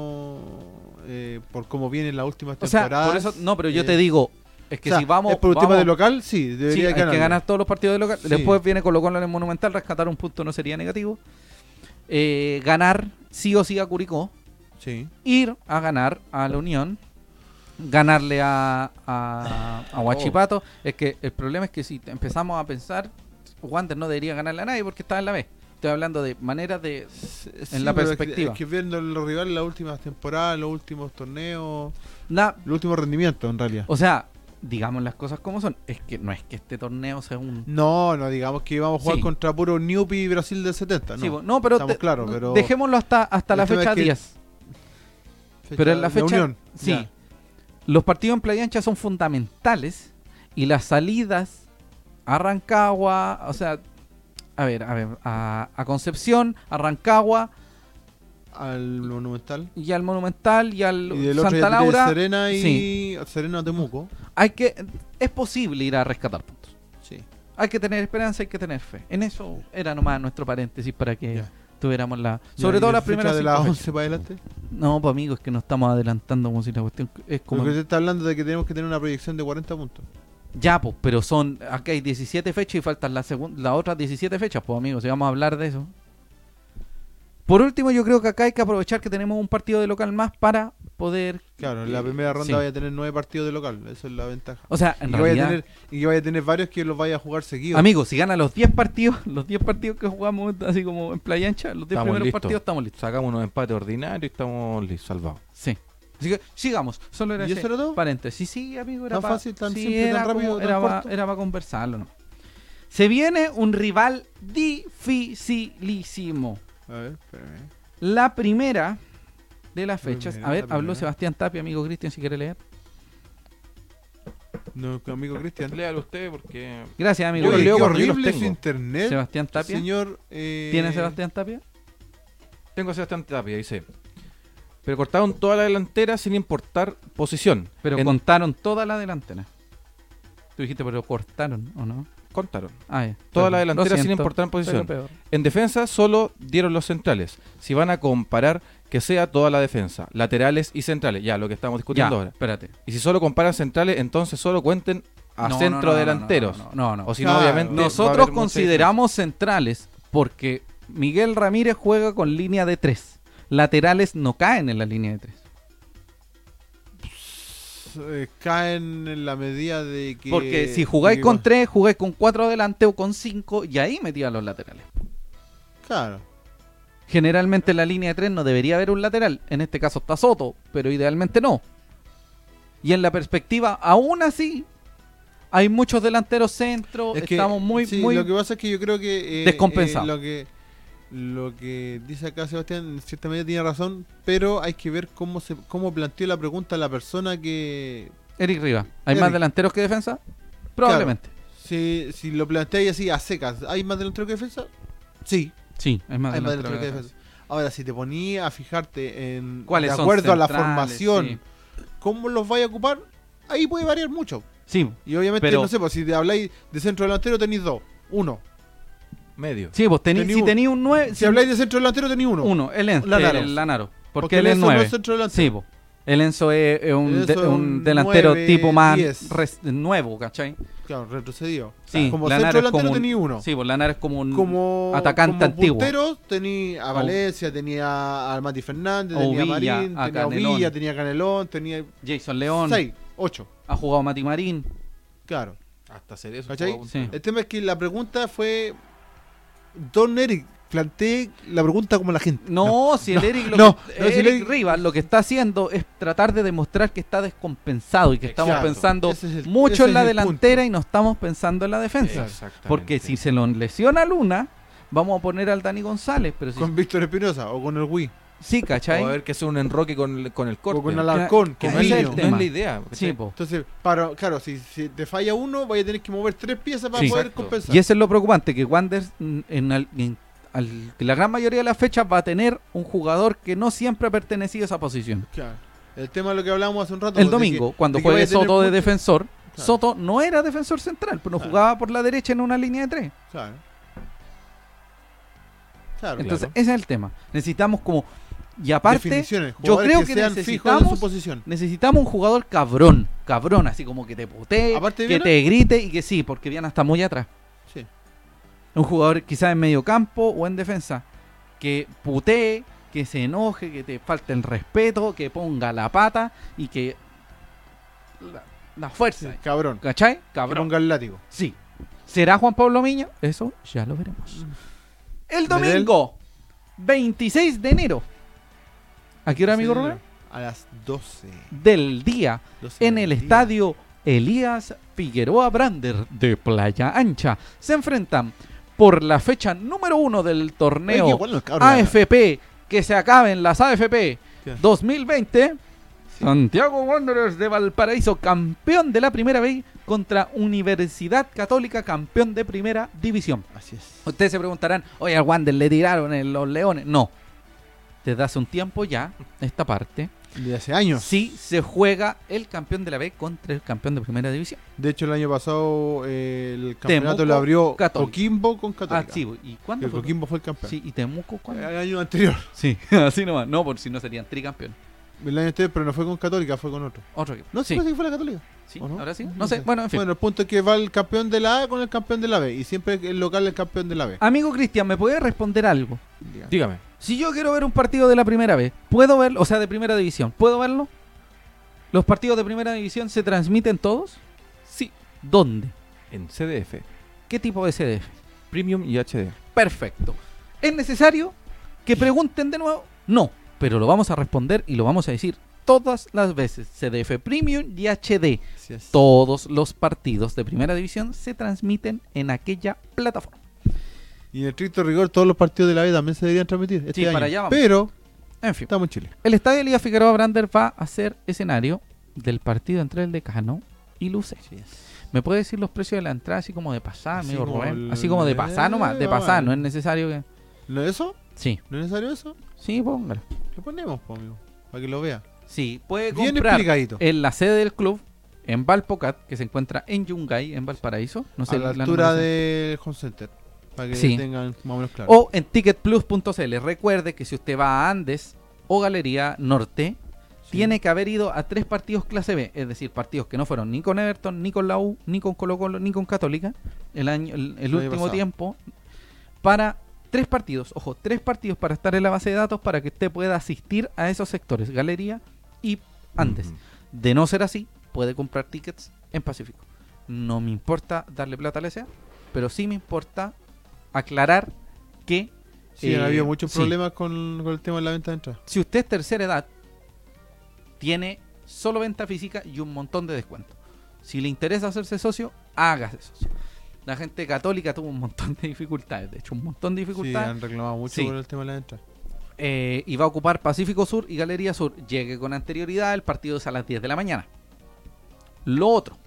Palestino, eh, por cómo vienen las últimas o sea, temporadas. por eso, no, pero yo eh, te digo, es que o sea, si vamos... Es por un tema vamos- de local, sí, debería Sí, hay ganarlo. que ganar todos los partidos de local. Sí. Después viene Colo Colo en el Monumental, rescatar un punto no sería negativo. Eh, ganar sí o sí a Curicó, Sí. ir a ganar a la Unión, ganarle a, a, a Oh. Huachipato. Es que el problema es que si te- empezamos a pensar, Wander no debería ganarle a nadie porque está en la B. Estoy hablando de maneras de... Sí, la pero es que- perspectiva. Es que, viendo los rivales las últimas temporadas, los últimos torneos, la- el último rendimiento, en realidad. o sea, digamos las cosas como son. Es que no es que este torneo sea un... No, no digamos que íbamos a jugar Sí. contra puro Newpi Brasil del 70, no. Sí, bo- no, pero, estamos claros, pero- dejémoslo hasta, hasta la El tema fecha es que- 10. Fecha- Pero en la fecha. Unión. sí. Ya. Los partidos en playa ancha son fundamentales y las salidas a Rancagua, o sea, a ver, a ver, a, a Concepción, a Rancagua Al Monumental. y al Monumental y al Y del otro Santa ya tiene Laura. Serena y sí. Serena Temuco. Hay que, es posible ir a rescatar puntos. Sí. Hay que tener esperanza, hay que tener fe. En eso era nomás nuestro paréntesis para que Ya. tuviéramos la, sobre todo la las primeras de las cinco 11 para adelante. fechas. No, pues amigos, que nos estamos adelantando como si la cuestión es como Porque usted está hablando de que tenemos que tener una proyección de 40 puntos. Ya, pues, pero son. Acá hay 17 fechas y faltan las segun- las otras 17 fechas, pues, amigos, si vamos a hablar de eso. Por último, yo creo que acá hay que aprovechar que tenemos un partido de local más para poder. Claro, en eh, la primera ronda sí. vaya a tener 9 partidos de local. Esa es la ventaja. O sea, en y, que vaya a realidad. tener, y que vaya a tener varios que los vaya a jugar seguidos. Amigos, si gana los 10 partidos, los 10 partidos que jugamos así como en playa ancha, los 10 Estamos primeros listos. partidos estamos listos. Sacamos unos empates ordinarios y estamos li- salvados. Sí. Así que sigamos. Solo era ¿Y ese eso era todo? paréntesis. Sí, amigo, era Tan pa- fácil, tan sí, simple, tan era rápido, como- tan era pa- corto. era para conversarlo, ¿no? Se viene un rival dificilísimo. A ver, espérame. La primera de las fechas. primera, a ver, la habló primera. Sebastián Tapia, amigo Cristian, si quiere leer. No, amigo Cristian. Léalo usted porque. Gracias, Yo amigo. Oye, los qué leo cuando yo los horrible su tengo. internet. Sebastián Tapia. Señor. eh, ¿Tiene Sebastián Tapia? Tengo a Sebastián Tapia, dice. Pero cortaron toda la delantera sin importar posición. Pero En- contaron toda la delantera. Tú dijiste, pero cortaron, ¿o no? contaron. Ah, ya. Toda la Lo delantera sin siento, importar posición. pero peor. En defensa solo dieron los centrales. Si van a comparar, que sea toda la defensa. Laterales y centrales. Ya, lo que estamos Ya, discutiendo ahora. espérate. Y si solo comparan centrales, entonces solo cuenten a No, no, no, centro no, delanteros. No, no, no, no. O si no, Claro. obviamente. va a haber Nosotros mucha consideramos centrales porque Miguel Ramírez juega con línea de tres. Laterales no caen en la línea de tres. diferencia. eh, caen en la medida de que. Porque si jugáis de que con cons- 3, jugáis con 4 adelante o con 5 y ahí metía los laterales. Claro. Generalmente en la línea de 3 no debería haber un lateral. En este caso está Soto, pero idealmente no. Y en la perspectiva, aún así, hay muchos delanteros centro. Es que, estamos muy, sí, muy. Lo que pasa es que yo creo que. eh, descompensados. eh, lo, que, lo que dice acá Sebastián, en cierta medida tiene razón, pero hay que ver cómo, se, cómo planteó la pregunta la persona que. Eric Riva. ¿Hay Eric. más delanteros que defensa? Probablemente. Si, si lo planteáis así a secas, ¿hay más delantero que defensa? Sí, Sí, hay más hay más delanteros que delantero que defensa. defensa. Ahora, si te ponía a fijarte en. ¿Cuáles de son acuerdo a la centrales? formación, Sí. ¿cómo los vais a ocupar? Ahí puede variar mucho. Sí, Y obviamente, Pero- no sé, pues si te habláis de centro delantero, tenéis dos. Uno. Medio. sí, vos tení- Tení si un- tenéis un 9. Si habláis de centro delantero, tenéis uno. Uno, el Enzo. Lanaro. el Lanaro. Porque, el él es Enzo no 9. es centro delantero. sí, po. El Enzo es, es un, El Enzo de- es un un delantero nueve, tipo más diez. res- nuevo, ¿cachai? Claro, retrocedido. Sí, como Lanaro centro es como delantero un- tenía uno. Sí, pues Lanaro es como un Como atacante como antiguo. punteros tenía a Valencia, tenía a Mati Fernández, A tenía a Uvilla, Marín, a tenía a Canelón. Uvilla, tenía a Canelón, tenía Jason León. seis, ocho, Ha jugado Mati Marín. claro. Hasta hacer eso. ¿Cachai? jugaba un Sí. tiro. El tema es que la pregunta fue Don Eric, planteé la pregunta como la gente. No, si el Eric, lo No, que- no, si el Eric Eric- Rivas lo que está haciendo es tratar de demostrar que está descompensado y que estamos Exacto. pensando Ese es el- ese mucho en es la el delantera y no estamos pensando en la defensa. Exactamente. Porque si se lo lesiona a Luna, vamos a poner al Dani González. Pero si, Con Víctor Espinosa o con el Wii, sí, O ¿cachai? a ver que sea un enroque con el, con el corte. o con Alarcón, que con no, es, ese el- Niño. no tema. es la idea. Sí, ¿cachai? po. Entonces, para, claro, si, si te falla uno, vaya a tener que mover tres piezas para Sí. poder Exacto. compensar. Y eso es lo preocupante, que Wanders mm, en, al- en al- la gran mayoría de las fechas va a tener un jugador que no siempre ha pertenecido a esa posición. Claro. El tema de lo que hablábamos hace un rato. El pues, de que- domingo, cuando de que vaya juegue a tener Soto de mucho- defensor, Claro. Soto no era defensor central, pero Claro. jugaba por la derecha en una línea de tres. Claro. Claro. Entonces, Claro. ese es el tema. Necesitamos como... Y aparte, Definiciones, yo jugadores creo que sean fijos en necesitamos- su posición. necesitamos un jugador cabrón, cabrón, así como que te putee, Aparte, que Viana- te grite y que sí, porque Viana está muy atrás. Sí. Un jugador quizás en medio campo o en defensa. Que putee, que se enoje, que te falte el respeto, que ponga la pata y que. La, la fuerza. Cabrón. Que ¿Cachai? Cabrón. ponga el látigo. Sí. ¿Será Juan Pablo Miño? Eso ya lo veremos. El domingo, 26 de enero. ¿A qué hora, amigo Sí, Rubén? A las 12. Del día 12 en del el día. estadio Elías Figueroa Brander de Playa Ancha. Se enfrentan por la fecha número uno del Oye, qué torneo bueno el cabrón, AFP, que se acaben las AFP 2020. Santiago Wanderers de Valparaíso, campeón de la primera B contra Universidad Católica, campeón de primera división. Así es. Ustedes se preguntarán, oye, al Wander le tiraron en los leones. No, desde hace un tiempo ya, esta parte, De hace años. si se juega el campeón de la B contra el campeón de primera división. De hecho, el año pasado eh, el campeonato Temuco, lo abrió Católica. Coquimbo con Católica. Ah, sí, ¿y cuándo? El fue? Coquimbo fue el campeón. Eh, Sí, ¿y Temuco cuándo? El año anterior. Sí, así nomás. No, por si no serían tricampeones. El año anterior, pero no fue con Católica, fue con otro. Otro equipo. No sé sí, si fue la Católica. sí, ¿o no? ahora sí. No sé, bueno, en fin. Bueno, el punto es que va el campeón de la A con el campeón de la B. Y siempre el local el campeón de la B. Amigo Cristian, ¿me puede responder algo? Dígame. Si yo quiero ver un partido de la primera vez, ¿puedo verlo? O sea, de primera división, ¿puedo verlo? ¿Los partidos de primera división se transmiten todos? Sí. ¿Dónde? En CDF. ¿Qué tipo de CDF? Premium y HD. Perfecto. ¿Es necesario que pregunten de nuevo? No, pero lo vamos a responder y lo vamos a decir todas las veces. CDF Premium y HD. Así es. Todos los partidos de primera división se transmiten en aquella plataforma. Y en estricto rigor, todos los partidos de la B también se deberían transmitir. Este Sí, año. para allá vamos. Pero En fin. estamos en Chile. El estadio Liga Figueroa Brander va a ser escenario del partido entre el Decano y Luce. ¿Me puede decir los precios de la entrada así como de pasada, Así amigo como Rubén? el- Así como de pasada nomás, de Eh, pasada, vale. no es necesario que... ¿No es eso? Sí, ¿No es necesario eso? sí, póngalo. Lo ponemos, po, amigo. Para que lo vea. Sí, puede Bien Eh, comprar explicadito. en la sede del club, en Valpocat, que se encuentra en Yungay, en Valparaíso. No sé a la altura numeración. del home center. Para que Sí. tengan más o menos claro. O en ticketplus.cl. Recuerde que si usted va a Andes o Galería Norte, Sí. tiene que haber ido a tres partidos clase B, es decir, partidos que no fueron ni con Everton, ni con la U, ni con Colo Colo, ni con Católica, el año, el, el El año último pasado. tiempo, para tres partidos, ojo, tres partidos para estar en la base de datos para que usted pueda asistir a esos sectores, galería y antes. Mm. De no ser así, puede comprar tickets en Pacífico. No me importa darle plata a la SA, pero sí me importa aclarar que Sí, Eh, han habido muchos sí. problemas con, con el tema de la venta de entradas. si usted es tercera edad, tiene solo venta física y un montón de descuentos. Si le interesa hacerse socio, hágase socio. La gente católica tuvo un montón de dificultades, de hecho, un montón de Sí, dificultades. han reclamado mucho Sí. por el tema de la entradas. Eh, y va a ocupar Pacífico Sur y Galería Sur. Llegue con anterioridad, el partido es a las 10 de la mañana. Lo otro,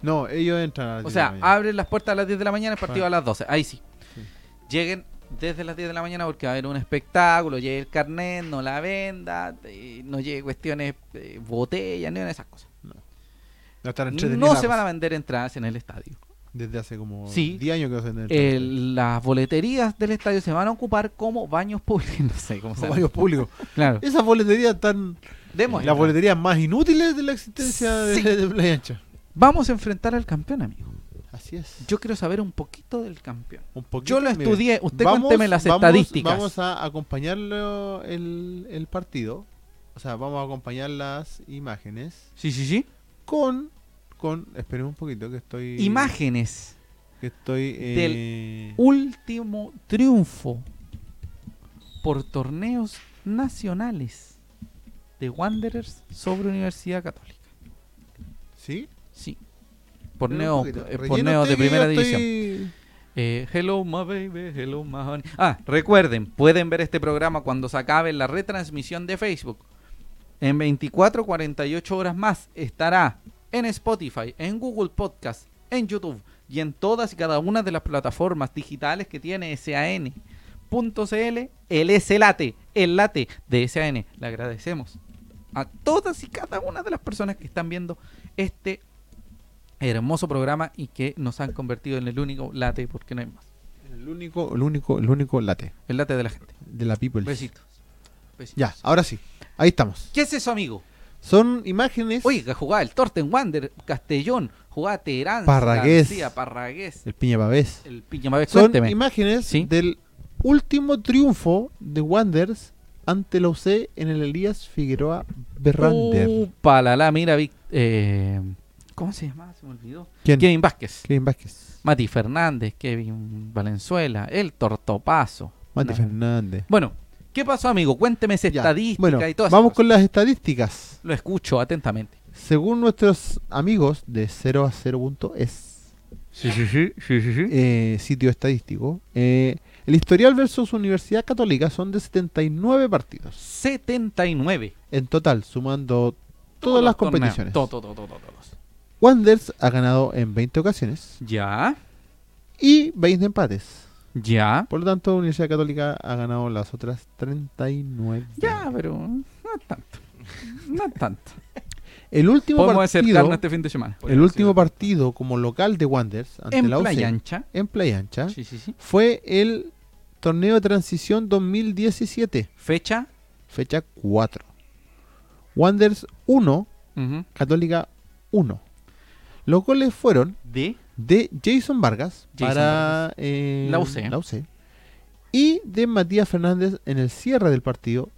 No, ellos entran. a las o 10 de la sea, mañana. abren las puertas a las 10 de la mañana, el partido Ah. a las 12. Ahí sí. Sí. Lleguen desde las 10 de la mañana porque va a haber un espectáculo, llegue el carnet, no la venda, eh, no llegue cuestiones, eh, botellas, ni una de esas cosas. Va a estar entretenida pues. No la se van a cosa. vender entradas en el estadio. Desde hace como Sí. 10 años que no se venden entradas. El- las boleterías del estadio se van a ocupar como baños públicos. No sé cómo se Como llama. varios públicos. Claro. Esas boleterías están. Demos Las entradas. boleterías más inútiles de la existencia de- Sí. de, Playa Ancha. Vamos a enfrentar al campeón, amigo. Así es. Yo quiero saber un poquito del campeón. Un poquito, Yo lo mire, estudié. Usted cuénteme las estadísticas. Vamos a acompañarlo el, el partido. O sea, vamos a acompañar las imágenes Sí, sí, sí. con. con esperemos un poquito que estoy. Imágenes. Que estoy. del eh, Último triunfo por torneos nacionales de Wanderers sobre Universidad Católica. ¿Sí? Sí. Espere un Torneo, poquito. eh, Rellene torneo usted de que yo primera estoy- división. Eh, hello my baby, hello my honey. Ah, recuerden, pueden ver este programa cuando se acabe la retransmisión de Facebook. En 24, 48 horas más estará en Spotify, en Google Podcast, en YouTube y en todas y cada una de las plataformas digitales que tiene SAN.cl, el S late, el late de SAN. Le agradecemos a todas y cada una de las personas que están viendo este hermoso programa y que nos han convertido en el único late porque no hay más. El único, el único, el único late El late de la gente. de la People. Besitos. Besitos. Ya, ahora sí. Ahí estamos. ¿Qué es eso, amigo? Son imágenes. Oiga, jugaba el Torten Wander, Castellón, jugaba Terán, Parragués. García, Parragués, El Piña Pavés. el Piña Mavés. Son Cuénteme. imágenes Sí. del último triunfo de Wanderers ante la UC en el Elías Figueroa Berrander. Upa, la, la, mira, Vic- eh, ¿cómo se llama? Se me olvidó. ¿Quién? Kevin Vázquez, Kevin Vázquez. Mati Fernández, Kevin Valenzuela, el Tortopazo. Mati Nah. Fernández. Bueno, ¿qué pasó, amigo? Cuénteme esa Ya. estadística Bueno, y todo vamos con las estadísticas. Lo escucho atentamente. Según nuestros amigos de 0 a 0.es, Sí, sí, sí, sí, sí, sí. eh, sitio estadístico, eh, el historial versus Universidad Católica son de 79 partidos. 79. En total, sumando todas Todos las los torneos. competiciones. Todo, todo, todo, todo, todos. Wanderers ha ganado en 20 ocasiones Ya, y 20 empates. ya. Por lo tanto, Universidad Católica ha ganado las otras 39. Ya, pero no es tanto. No es tanto. El último Podemos partido, acercarnos este fin de semana. el último partido como local de Wanderers ante En la ¿Ah? UC, Playa Ancha. en Playa Ancha, Sí, sí, sí. fue el torneo de transición 2017, Fecha. fecha 4. Wanderers 1, ujú, Católica 1. Los goles fueron De. de Jason Vargas Jason para eh, La UC. y de Matías Fernández en el cierre del partido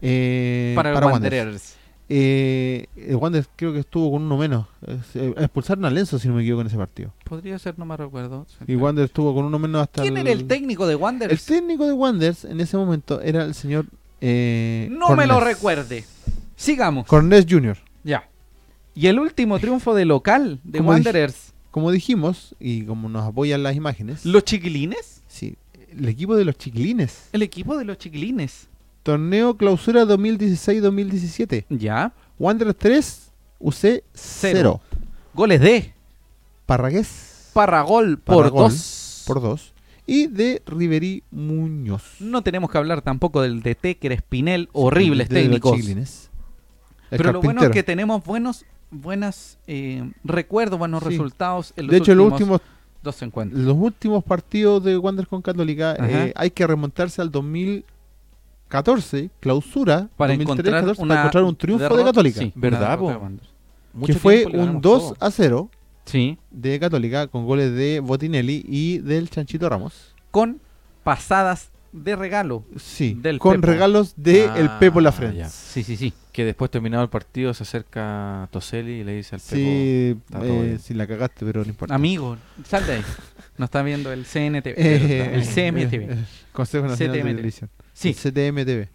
eh, para para Wanderers. Wanderers. Eh, el Wander creo que estuvo con uno menos. Es- eh, expulsaron a Lenzo, si no me equivoco, en ese partido. Podría ser, no me recuerdo. Y Wander estuvo con uno menos hasta. ¿Quién era el técnico de El Wanderers? técnico de Wanderers en ese momento era el señor. eh, no Cornés. me lo recuerde. Sigamos. Cornés Jr. Ya. Y el último triunfo de local de Como dije- Wanderers. Como dijimos, y como nos apoyan las imágenes, ¿Los chiquilines? sí, el equipo de los chiquilines. El equipo de los chiquilines. Torneo Clausura 2016-2017. Ya. Wanderers 3, UC 0. Goles de Parragués Parragol por Parragol, dos. por 2. Y de Riverí Muñoz. No tenemos que hablar tampoco del de Tecker, Espinel, horribles de los técnicos. chiquilines. El este Pero lo bueno es carpintero. que tenemos buenos buenas eh, recuerdos, buenos Sí. resultados en los de hecho, los últimos últimos, dos encuentros. los últimos partidos de Wander con Católica Ajá. eh, hay que remontarse al 2014, clausura, Para 2013, encontrar, 14, una para encontrar un triunfo derrota- de Católica, sí, una ¿Verdad, derrota po? de Wander. que Mucho fue tiempo le un ganamos 2 todo. a 0 Sí, de Católica con goles de Botinelli y del Chanchito Ramos. con pasadas de regalo. Sí, Del con Pepo. regalos de Ah, el Pepo La ya. Friends. Sí, sí, sí. Que después terminado el partido se acerca Toselli y le dice al Pepo. Sí, está todo eh, bien. sí, la cagaste, pero no importa. Amigo, sal de ahí. No está viendo el CNTV. Eh, el CMTV. eh, Consejo Nacional de CTMTV. Televisión. Sí. CTMTV.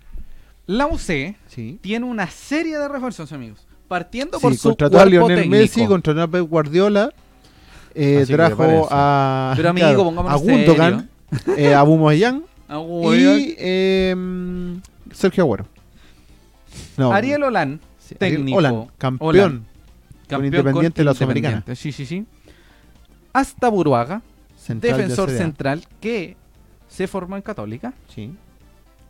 La UC Sí. tiene una serie de refuerzos, amigos. Partiendo por Sí, su contrató a cuerpo Lionel técnico. Messi, contrató a Pep Guardiola, eh, Así que trajo prepárense. a, Pero, amigo, pongámonos a Gundogan, eh, a Bumayán Ah, weón. y eh, Sergio Agüero. No, Ariel Olan, sí, Ariel técnico. Holland, campeón. Holland, con Independiente de la Sudamericana. Independiente, Sí, sí, sí. Hasta Buruaga, central de defensor CDA. central que se formó en Católica. Sí,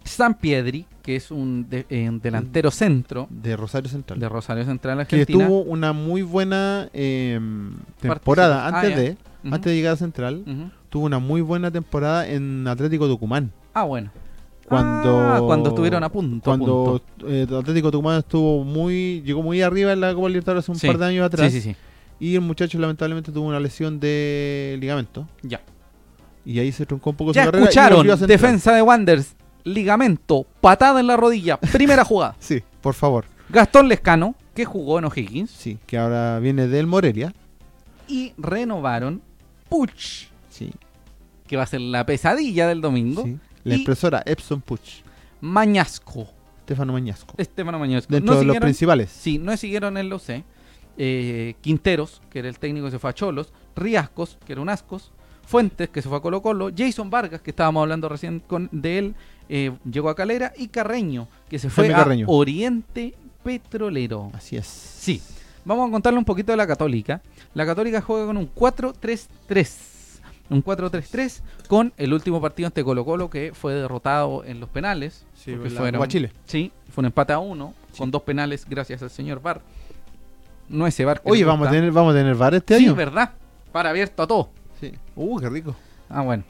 San Piedri, que es un, de- eh, un delantero centro de Rosario Central. de Rosario Central, Mm. que Argentina. tuvo una muy buena eh, temporada Participa- antes Ah, de Ujú, Mm. antes de llegar a Central. ujú. Tuvo una muy buena temporada en Atlético Tucumán. Ah, bueno. Cuando- Ah, cuando estuvieron a punto. Cuando punto. eh, Atlético Tucumán estuvo muy llegó muy arriba en la Copa Libertadores hace un Sí, par de años atrás Sí, sí, sí. y el muchacho lamentablemente tuvo una lesión de ligamento Ya. y ahí se truncó un poco Ya su carrera. y escucharon. volvió a Central. Defensa de Wanders. Ligamento. Patada en la rodilla. Primera jugada. Sí, por favor. Gastón Lescano, que jugó en O'Higgins. Sí, que ahora viene del Morelia. Y renovaron Puch, Sí. que va a ser la pesadilla del domingo. sí. La Y- impresora Epson Puch, Mañasco. Stefano Mañasco. Estefano Mañasco. Dentro de los siguieron- principales. Sí, no siguieron en los C. Eh, Quinteros, que era el técnico que se fue a Cholos. Riascos, que era un Ascos. Fuentes, que se fue a Colo Colo. Jason Vargas, que estábamos hablando recién con, de él, eh, llegó a Calera. Y Carreño, que se fue Jaime a Carreño. Oriente Petrolero. Así es. Sí. Vamos a contarle un poquito de la Católica. La Católica juega con un 4-3-3. Un 4-3-3 con el último partido ante Colo Colo que fue derrotado en los penales. Sí, porque la Copa Chile. Sí, fue un empate a uno con dos penales gracias al señor Bar. No ese Bar. que Oye, le vamos a gusta. tener vamos a tener bar este Sí, año. verdad. Para abierto a todo. Sí. Uh, qué rico. Ah, bueno.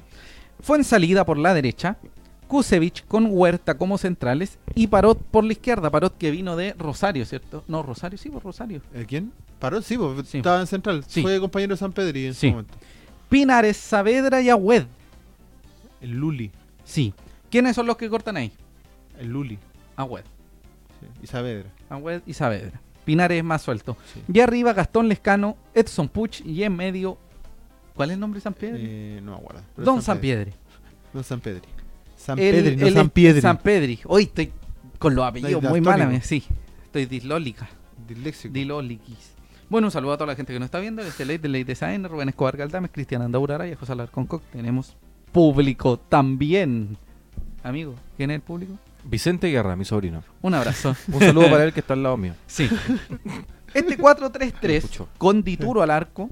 Fue en salida por la derecha, Kusevich con Huerta como centrales y Parot por la izquierda. Parot que vino de Rosario, ¿cierto? No, Rosario, sí, por Rosario. ¿Eh, ¿Quién? Paró, sí, pues, Sí. estaba en Central. Sí. Fue compañero de San Pedri en Sí. su momento. Pinares, Saavedra y Agüed. El Luli. Sí. ¿Quiénes son los que cortan ahí? El Luli. Agüed. Sí. Y Saavedra. Agüed y Saavedra. Pinares es más suelto. Sí. Y arriba Gastón Lescano, Edson Puch y en medio. ¿Cuál es el nombre de San Pedri? Eh, no me acuerdo. Pero Don San Piedri. Don San Pedri. San El- Pedri, no el- San Piedri. San Pedri. Hoy estoy con los apellidos Estoy muy mal, daltónico. amigo. sí. Estoy dislólica. Disléxico. Dilóliquis. Bueno, un saludo a toda la gente que nos está viendo. Este Ley de Ley Design, Rubén Escobar Galdames, Cristian Andaurara y José Alarcón Coc. Tenemos público también. Amigo, ¿quién es el público? Vicente Guerra, mi sobrino. Un abrazo. Un saludo para él que está al lado mío. Sí. Este 4-3-3, Escucho. con Dituro al arco,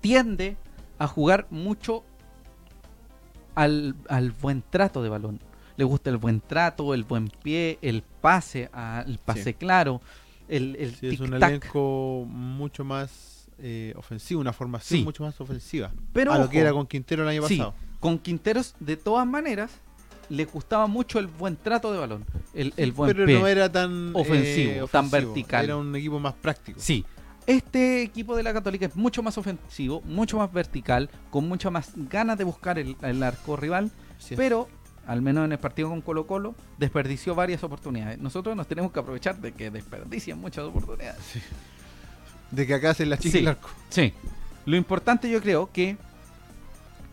tiende a jugar mucho al, al buen trato de balón. Le gusta el buen trato, el buen pie, el pase, ah, el pase claro, el, el Sí, es un tic-tac. elenco mucho más eh, ofensivo, una formación Sí. mucho más ofensiva. Pero a lo ojo, que era con Quintero el año Sí. pasado. con Quinteros, de todas maneras, le gustaba mucho el buen trato de balón, el, el buen Pero pie. no era tan eh, ofensivo, tan vertical. Era un equipo más práctico. Sí. Este equipo de la Católica es mucho más ofensivo, mucho más vertical, con mucha más ganas de buscar el, el arco rival, Así es. pero al menos en el partido con Colo Colo desperdició varias oportunidades. Nosotros nos tenemos que aprovechar de que desperdician muchas oportunidades. De que acá hacen la chica Sí. y el arco. Sí. Lo importante yo creo que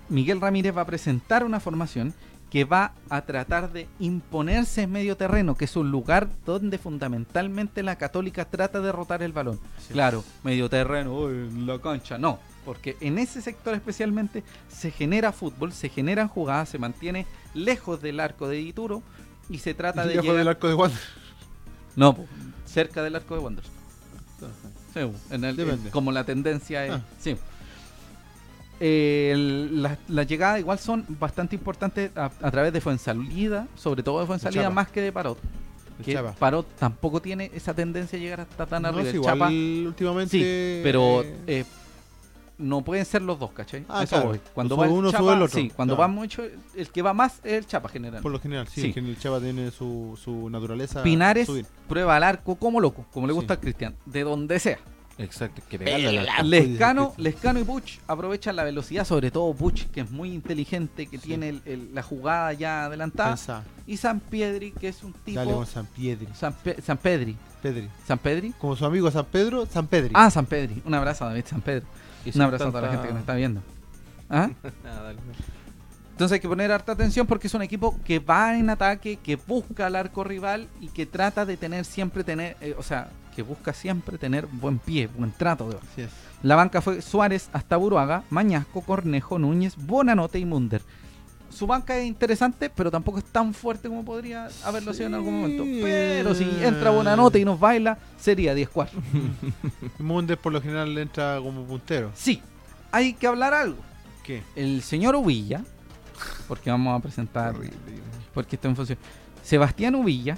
Miguel Ramírez va a presentar una formación que va a tratar de imponerse en medio terreno, que es un lugar donde fundamentalmente la católica trata de rotar el balón. Claro, medio terreno, uy, en la cancha, no, porque en ese sector especialmente se genera fútbol, se generan jugadas, se mantiene lejos del arco de Dituro y se trata de Lejos llegar... del arco de Wander. No, po, cerca del arco de Wanderers. Sí, en el- eh, Depende. como la tendencia es. Ah. sí. El- la, la llegada igual son bastante importantes a, a través de Fuensalida, sobre todo de Fuensalida, Chapa. más que de Parot. El Que Chapa. Parot tampoco tiene esa tendencia a llegar hasta tan No, arriba. es El igual Chapa, últimamente. sí, pero eh, eh, no pueden ser los dos, ¿cachai? Ah, A eso claro. voy. Cuando Sube va el uno, sube Chapa- el otro. sí, cuando Claro. va mucho, el que va más es el Chapa general. por lo general, sí, sí. en general el Chapa tiene su, su naturaleza. Pinares subir. prueba al arco como loco, como le gusta Sí. al Cristian, de donde sea. Exacto, que pegarle a la- eh, Lescano, Lescano y Puch aprovechan la velocidad, sobre todo Puch, que es muy inteligente, que tiene el- el- la jugada ya adelantada. Pensá. Y San Piedri, que es un Dale tipo. con San Piedri. San, Pe- San Pedri. Pedri. ¿San Pedri? Como su amigo San Pedro, San Pedri. Ah, San Pedri. Un abrazo a David San Pedro. y Un sin abrazo a toda la tanta- gente que nos está viendo. ¿Ah? Nada, dale. Entonces hay que poner harta atención porque es un equipo que va en ataque, que busca al arco rival y que trata de tener siempre tener, eh, o sea, que busca siempre tener buen pie, buen trato de Así es. La banca fue Suárez hasta Buruaga, Mañasco, Cornejo, Núñez, Bonanote y Munder. Su banca es interesante, pero tampoco es tan fuerte como podría haberlo sido en algún momento. Sí. Pero si entra Bonanote y nos baila, sería 10-4. Mundes por lo general entra como puntero. Sí, hay que hablar algo. ¿Qué? El señor Uvilla, porque vamos a presentar porque está en función. Sebastián Uvilla,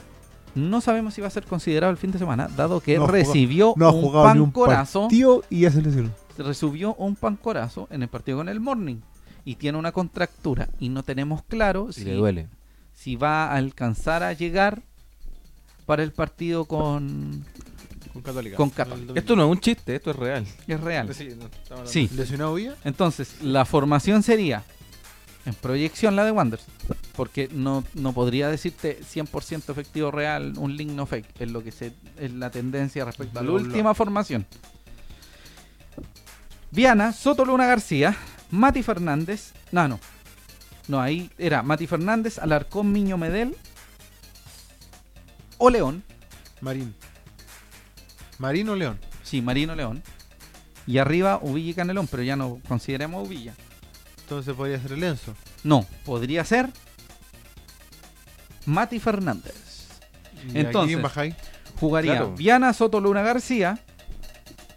no sabemos si va a ser considerado el fin de semana, dado que No ha jugado- recibió No ha un jugado ni un pancorazo, partido y ya se lesionó. recibió un pancorazo en el partido con el Morning y tiene una contractura y no tenemos claro Y si, le duele. si va a alcanzar a llegar para el partido con Con Católica. Con Católica. Esto no es un chiste, esto es real. es real. Sí. Sí. ¿Lesionado Villa? Entonces, la formación sería en proyección la de Wanderers, porque no, no podría decirte 100% efectivo real, un link no fake, es lo que se, es la tendencia respecto a la Lo- lo- última formación. Viana, Soto Luna García, Mati Fernández, no, no. No, ahí era Mati Fernández, Alarcón Miño Medel o León, Marín. Marín o León. sí, Marino León. Y arriba Uvilla y Canelón, pero ya no consideremos a Uvilla. Entonces podría ser el Enzo. No, podría ser Mati Fernández. ¿Y Entonces, aquí quién bajáis? Jugaría Claro. Viana Soto Luna García,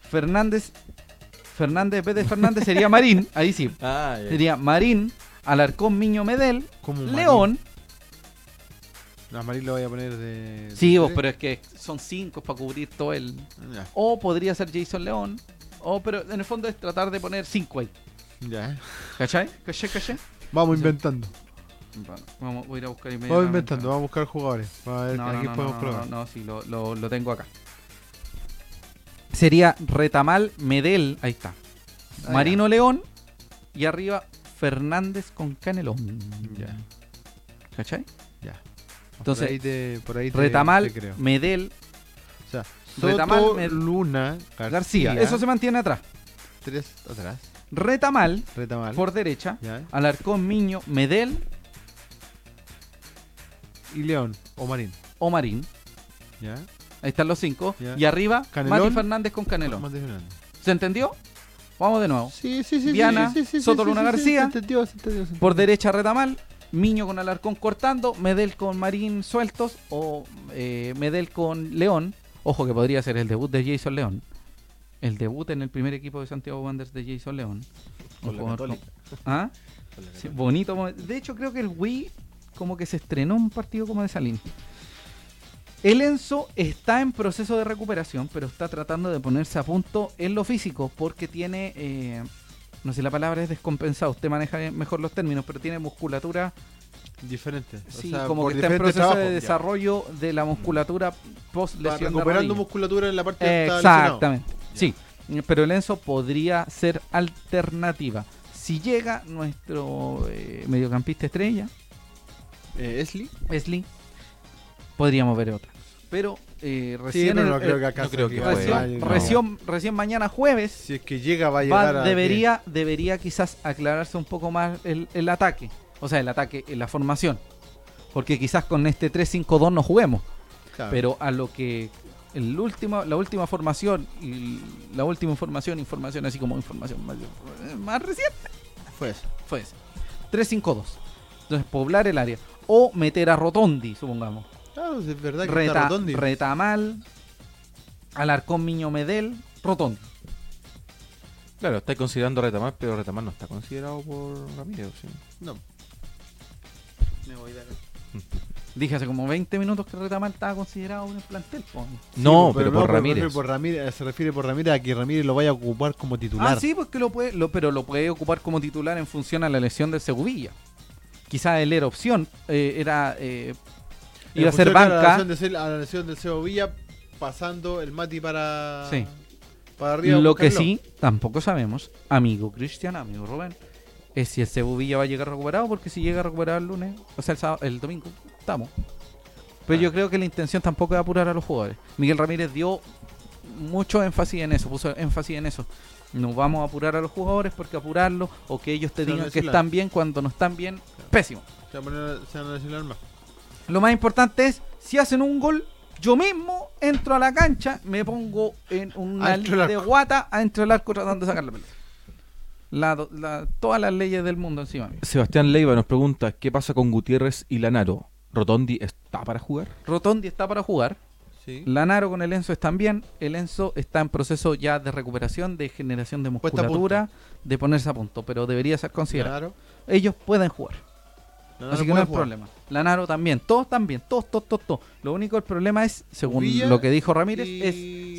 Fernández, Fernández, en vez de Fernández sería Marín, ahí sí, Ah, ya. sería Marín, Alarcón Miño Medel, Como Marín. León. No, a Marín lo voy a poner de. Sí, de vos, tres. pero es que son cinco para cubrir todo el. Ya, O podría ser Jason León. O, pero en el fondo es tratar de poner cinco ahí. ya, eh. ¿Cachai? ¿Cachai? ¿Cachai? Vamos Sí. inventando. Bueno, vamos, voy a ir a buscar Vamos inmediatamente. inventando. Vamos a buscar jugadores. Vamos a ver No, a no, quién no, no, podemos no, probar. no, sí, lo, lo- lo tengo acá. Sería Retamal Medel, ahí está. Ah, Marino León y arriba Fernández con Canelón. Ya. ¿Cachai? por Entonces, ahí te, por ahí te- Retamal, te creo. Medel, O sea, Soto, Retamal, Med- Luna, García. García. Eso se mantiene atrás. Tres atrás. Retamal Retamal. por derecha, Ya. Alarcón Miño, Medel Y León o Marín. o Marín. Ya. Ahí están los cinco. Ya. Y arriba, Canelón. Mati Fernández con Canelón. Mati Fernández. ¿Se entendió? Vamos de nuevo. Sí, sí, sí. Viana, sí, sí, sí, Soto sí, Luna sí, sí, García. se entendió, se entendió, se Por entendió. derecha Retamal, Miño con Alarcón cortando, Medel con Marín sueltos o eh, Medel con León. Ojo que podría ser el debut de Jason León. El debut en el primer equipo de Santiago Wanderers de Jason León. Un Con la jugador Católica. con- ¿Ah? Sí, bonito. momen- De hecho, creo que el Wii como que se estrenó un partido como de Salín. El Enzo está en proceso de recuperación, pero está tratando de ponerse a punto en lo físico porque tiene, eh, no sé si la palabra es descompensado, usted maneja bien- mejor los términos, pero tiene musculatura, Diferente. O sí, sea, como por que está en diferentes proceso de trabajos, ya. desarrollo de la musculatura post Va lesión de recuperando rodilla. musculatura en la parte donde estaba lesionado. Exactamente. Sí, pero el Enzo podría ser alternativa. Si llega nuestro eh, mediocampista estrella, Eh, Esli. Wesley, podríamos ver otra. Pero eh, Sí, recién, pero el- no creo el- que acá no creo se- que vaya, recién, no. recién- recién mañana jueves Si es que llega va a va- llegar a debería, debería quizás aclararse un poco más el, el ataque. O sea, el ataque, eh, la formación. Porque quizás con este 3-5-2 no juguemos. Claro. Pero a lo que el último, la última formación, y la última información, información así como información más, más reciente, fue eso. fue esa. 3-5-2. Entonces, poblar el área. O meter a Rotondi, supongamos. Claro, Ah, es verdad que está Reta, Rotondi. Retamal, Alarcón Miño Medel, Rotondi. Claro, estáis considerando Retamar, pero Retamar no está considerado por Ramírez. sí. No. Dije hace como 20 minutos que Retamal estaba considerado en el plantel. po. pues, no, Sí, pero, por no, Ramírez. refiere por Ramírez, eh, Se refiere por Ramírez a que Ramírez lo vaya a ocupar como titular. Ah, sí, porque lo puede, lo- pero lo puede ocupar como titular en función a la lesión de Sevilla. Quizás él era opción, eh, era eh, En iba a ser función de la banca. lesión de Cel- A la lesión del Ceo Villa pasando el Mati para. Sí. Para arriba Lo que buscarlo. sí, tampoco sabemos, amigo Cristian, amigo Rubén, es si el Cebu Villa va a llegar recuperado, porque si llega recuperado el lunes, o sea, el, sábado- el domingo, estamos. Pero yo creo que la intención tampoco es apurar a los jugadores. Miguel Ramírez dio mucho énfasis en eso, puso énfasis en eso. No vamos a apurar a los jugadores porque apurarlos o que ellos te Se van a digan que lesionar. están bien cuando no están bien, pésimo. Se van a poner- se van a lesionar más. Lo más importante es, si hacen un gol, yo mismo entro a la cancha, me pongo en una Adentro del li- de guata adentro del arco tratando de sacar la pelota. La do- la- todas las leyes del mundo encima mío. Sebastián Leiva nos pregunta, ¿qué pasa con Gutiérrez y Lanaro? ¿Rotondi está para jugar? Rotondi está para jugar. Sí. Lanaro con el Enzo están bien. El Enzo está en proceso ya de recuperación, de generación de Puesta a punto. musculatura, de ponerse a punto, pero debería ser considerado. Claro. Ellos pueden jugar. No, Así que no puede hay jugar. problema. Lanaro también, todos también, todos, todos, todos, todos. Lo único el problema es, según Villa lo que dijo Ramírez, y es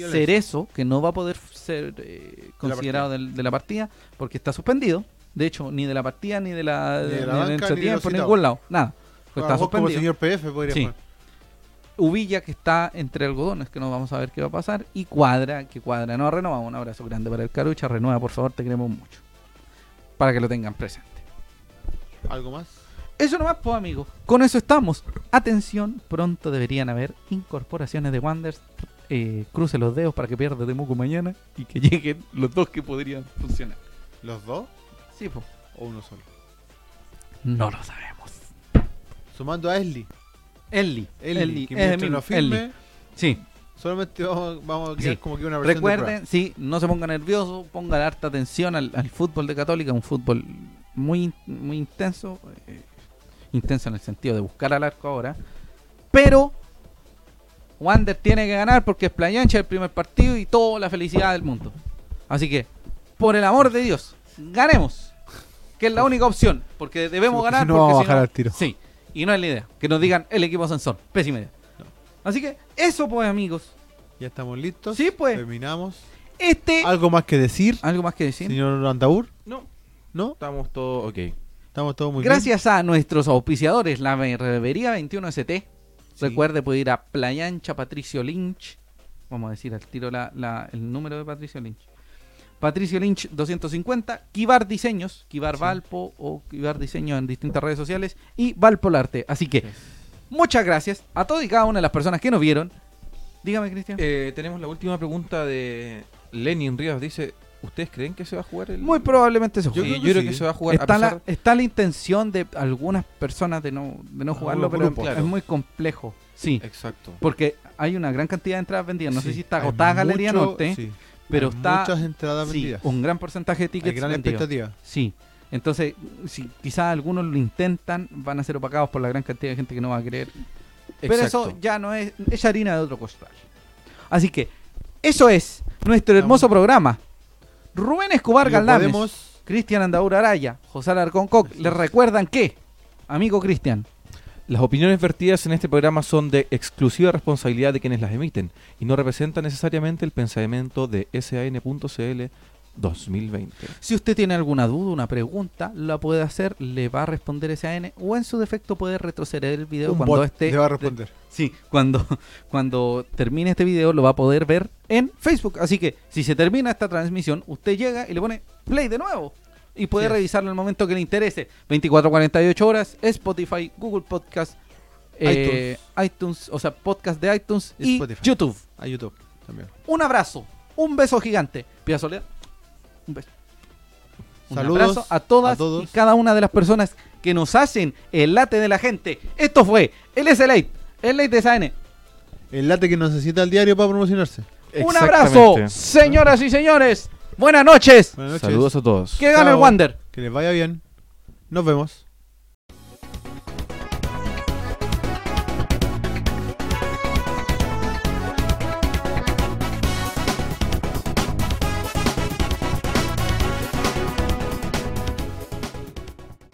Alexis. Cerezo, que no va a poder ser eh, considerado del- de la, partida, porque está suspendido. De hecho, ni de la partida, ni de la, Ni ni de la del banca, ni de los entretiempo, citados. ningún lado. Nada. Pues Juega está vos como suspendido. señor PF podría Sí. jugar. Uvilla, que está entre algodones, que no vamos a ver qué va a pasar. Y Cuadra, que Cuadra no ha renovado. Un abrazo grande para el Carucha. Renueva, por favor, te queremos mucho. Para que lo tengan presente. ¿Algo más? Eso nomás, pues, amigos. Con eso estamos. Atención, pronto deberían haber incorporaciones de Wanders. Eh, cruce los dedos para que pierda Temuco mañana y que lleguen los dos que podrían funcionar. ¿Los dos Sí, pues. o uno solo? No lo sabemos. Sumando a Esli. Eli. Esli, Eli. que es mientras Emil, no firme, Eli. Sí. solamente vamos, vamos a quedar Sí. como que una versión de prueba. Recuerden, sí, no se pongan nerviosos, pongan harta atención al, al fútbol de Católica, un fútbol muy, muy intenso, eh, intenso en el sentido de buscar al arco ahora, pero Wander tiene que ganar porque es Playancha el primer partido y toda la felicidad del mundo. Así que, por el amor de Dios, ganemos, que es la única opción, porque debemos Porque si ganar. no, porque vamos a si bajar al tiro. Sí, y no es la idea, que nos digan el equipo ascensor, pésima idea. Así que, eso pues amigos, Ya estamos listos. Sí, pues. Ah, Terminamos. este... ¿Algo más que decir, ¿Algo más que decir? señor Andaur? No. ¿No? Estamos todos, ok. Estamos todos muy bien. Gracias a nuestros auspiciadores, la Berbería 21ST. Sí. Recuerde, puede ir a Playancha Patricio Lynch. Vamos a decir al tiro la- la- el número de Patricio Lynch. Patricio Lynch 250, Kibar Diseños, Kibar Valpo o Kibar Diseños en distintas redes sociales y Valpolarte. Así que, muchas gracias a todos y cada una de las personas que nos vieron. Dígame, Cristian. Eh, tenemos la última pregunta de Lenin Rivas. Dice, ¿ustedes creen que se va a jugar el...? Muy probablemente se Yo, juegue. creo, que sí. se va a jugar a Está la, pesar- está la intención de algunas personas de no, de no jugarlo, Algunos pero grupos. es muy complejo. Sí. Exacto. Porque hay una gran cantidad de entradas vendidas. No sé Sí, si está hay agotada mucho- Galería Norte, sí, pero hay está Muchas entradas sí, vendidas. un gran porcentaje de tickets Hay gran vendidos. expectativa. Sí. Entonces, si quizás algunos lo intentan, van a ser opacados por la gran cantidad de gente que no va a querer. Pero Exacto. eso ya no es, es harina de otro costal. Así que, eso es nuestro hermoso programa. Rubén Escobar Lo Galdames, podemos- Cristian Andaura Araya, José Alarcón Coc, les recuerdan que, amigo Cristian, Las opiniones vertidas en este programa son de exclusiva responsabilidad de quienes las emiten y no representan necesariamente el pensamiento de SAN.cl 2020. Si usted tiene alguna duda, una pregunta, la puede hacer, le va a responder ese AN o en su defecto puede retroceder el video un cuando bot esté. le va a responder. Sí, cuando, cuando termine este video lo va a poder ver en Facebook. Así que si se termina esta transmisión, usted llega y le pone play de nuevo. Y puede Así es. revisarlo en el momento que le interese. 24 48 horas, Spotify, Google Podcast, eh, iTunes. o sea, podcast de iTunes y Spotify. YouTube. A YouTube también. Un abrazo, un beso gigante. Pia Soledad, un beso. Un Saludos abrazo a todas a todos. y cada una de las personas que nos hacen el late de la gente. Esto fue el SLate, el Late de SAN. El late que necesita el diario para promocionarse. Un abrazo, señoras y señores. Buenas noches. Buenas noches. Saludos a todos. Que gane el Chao. Wander. Que les vaya bien. Nos vemos.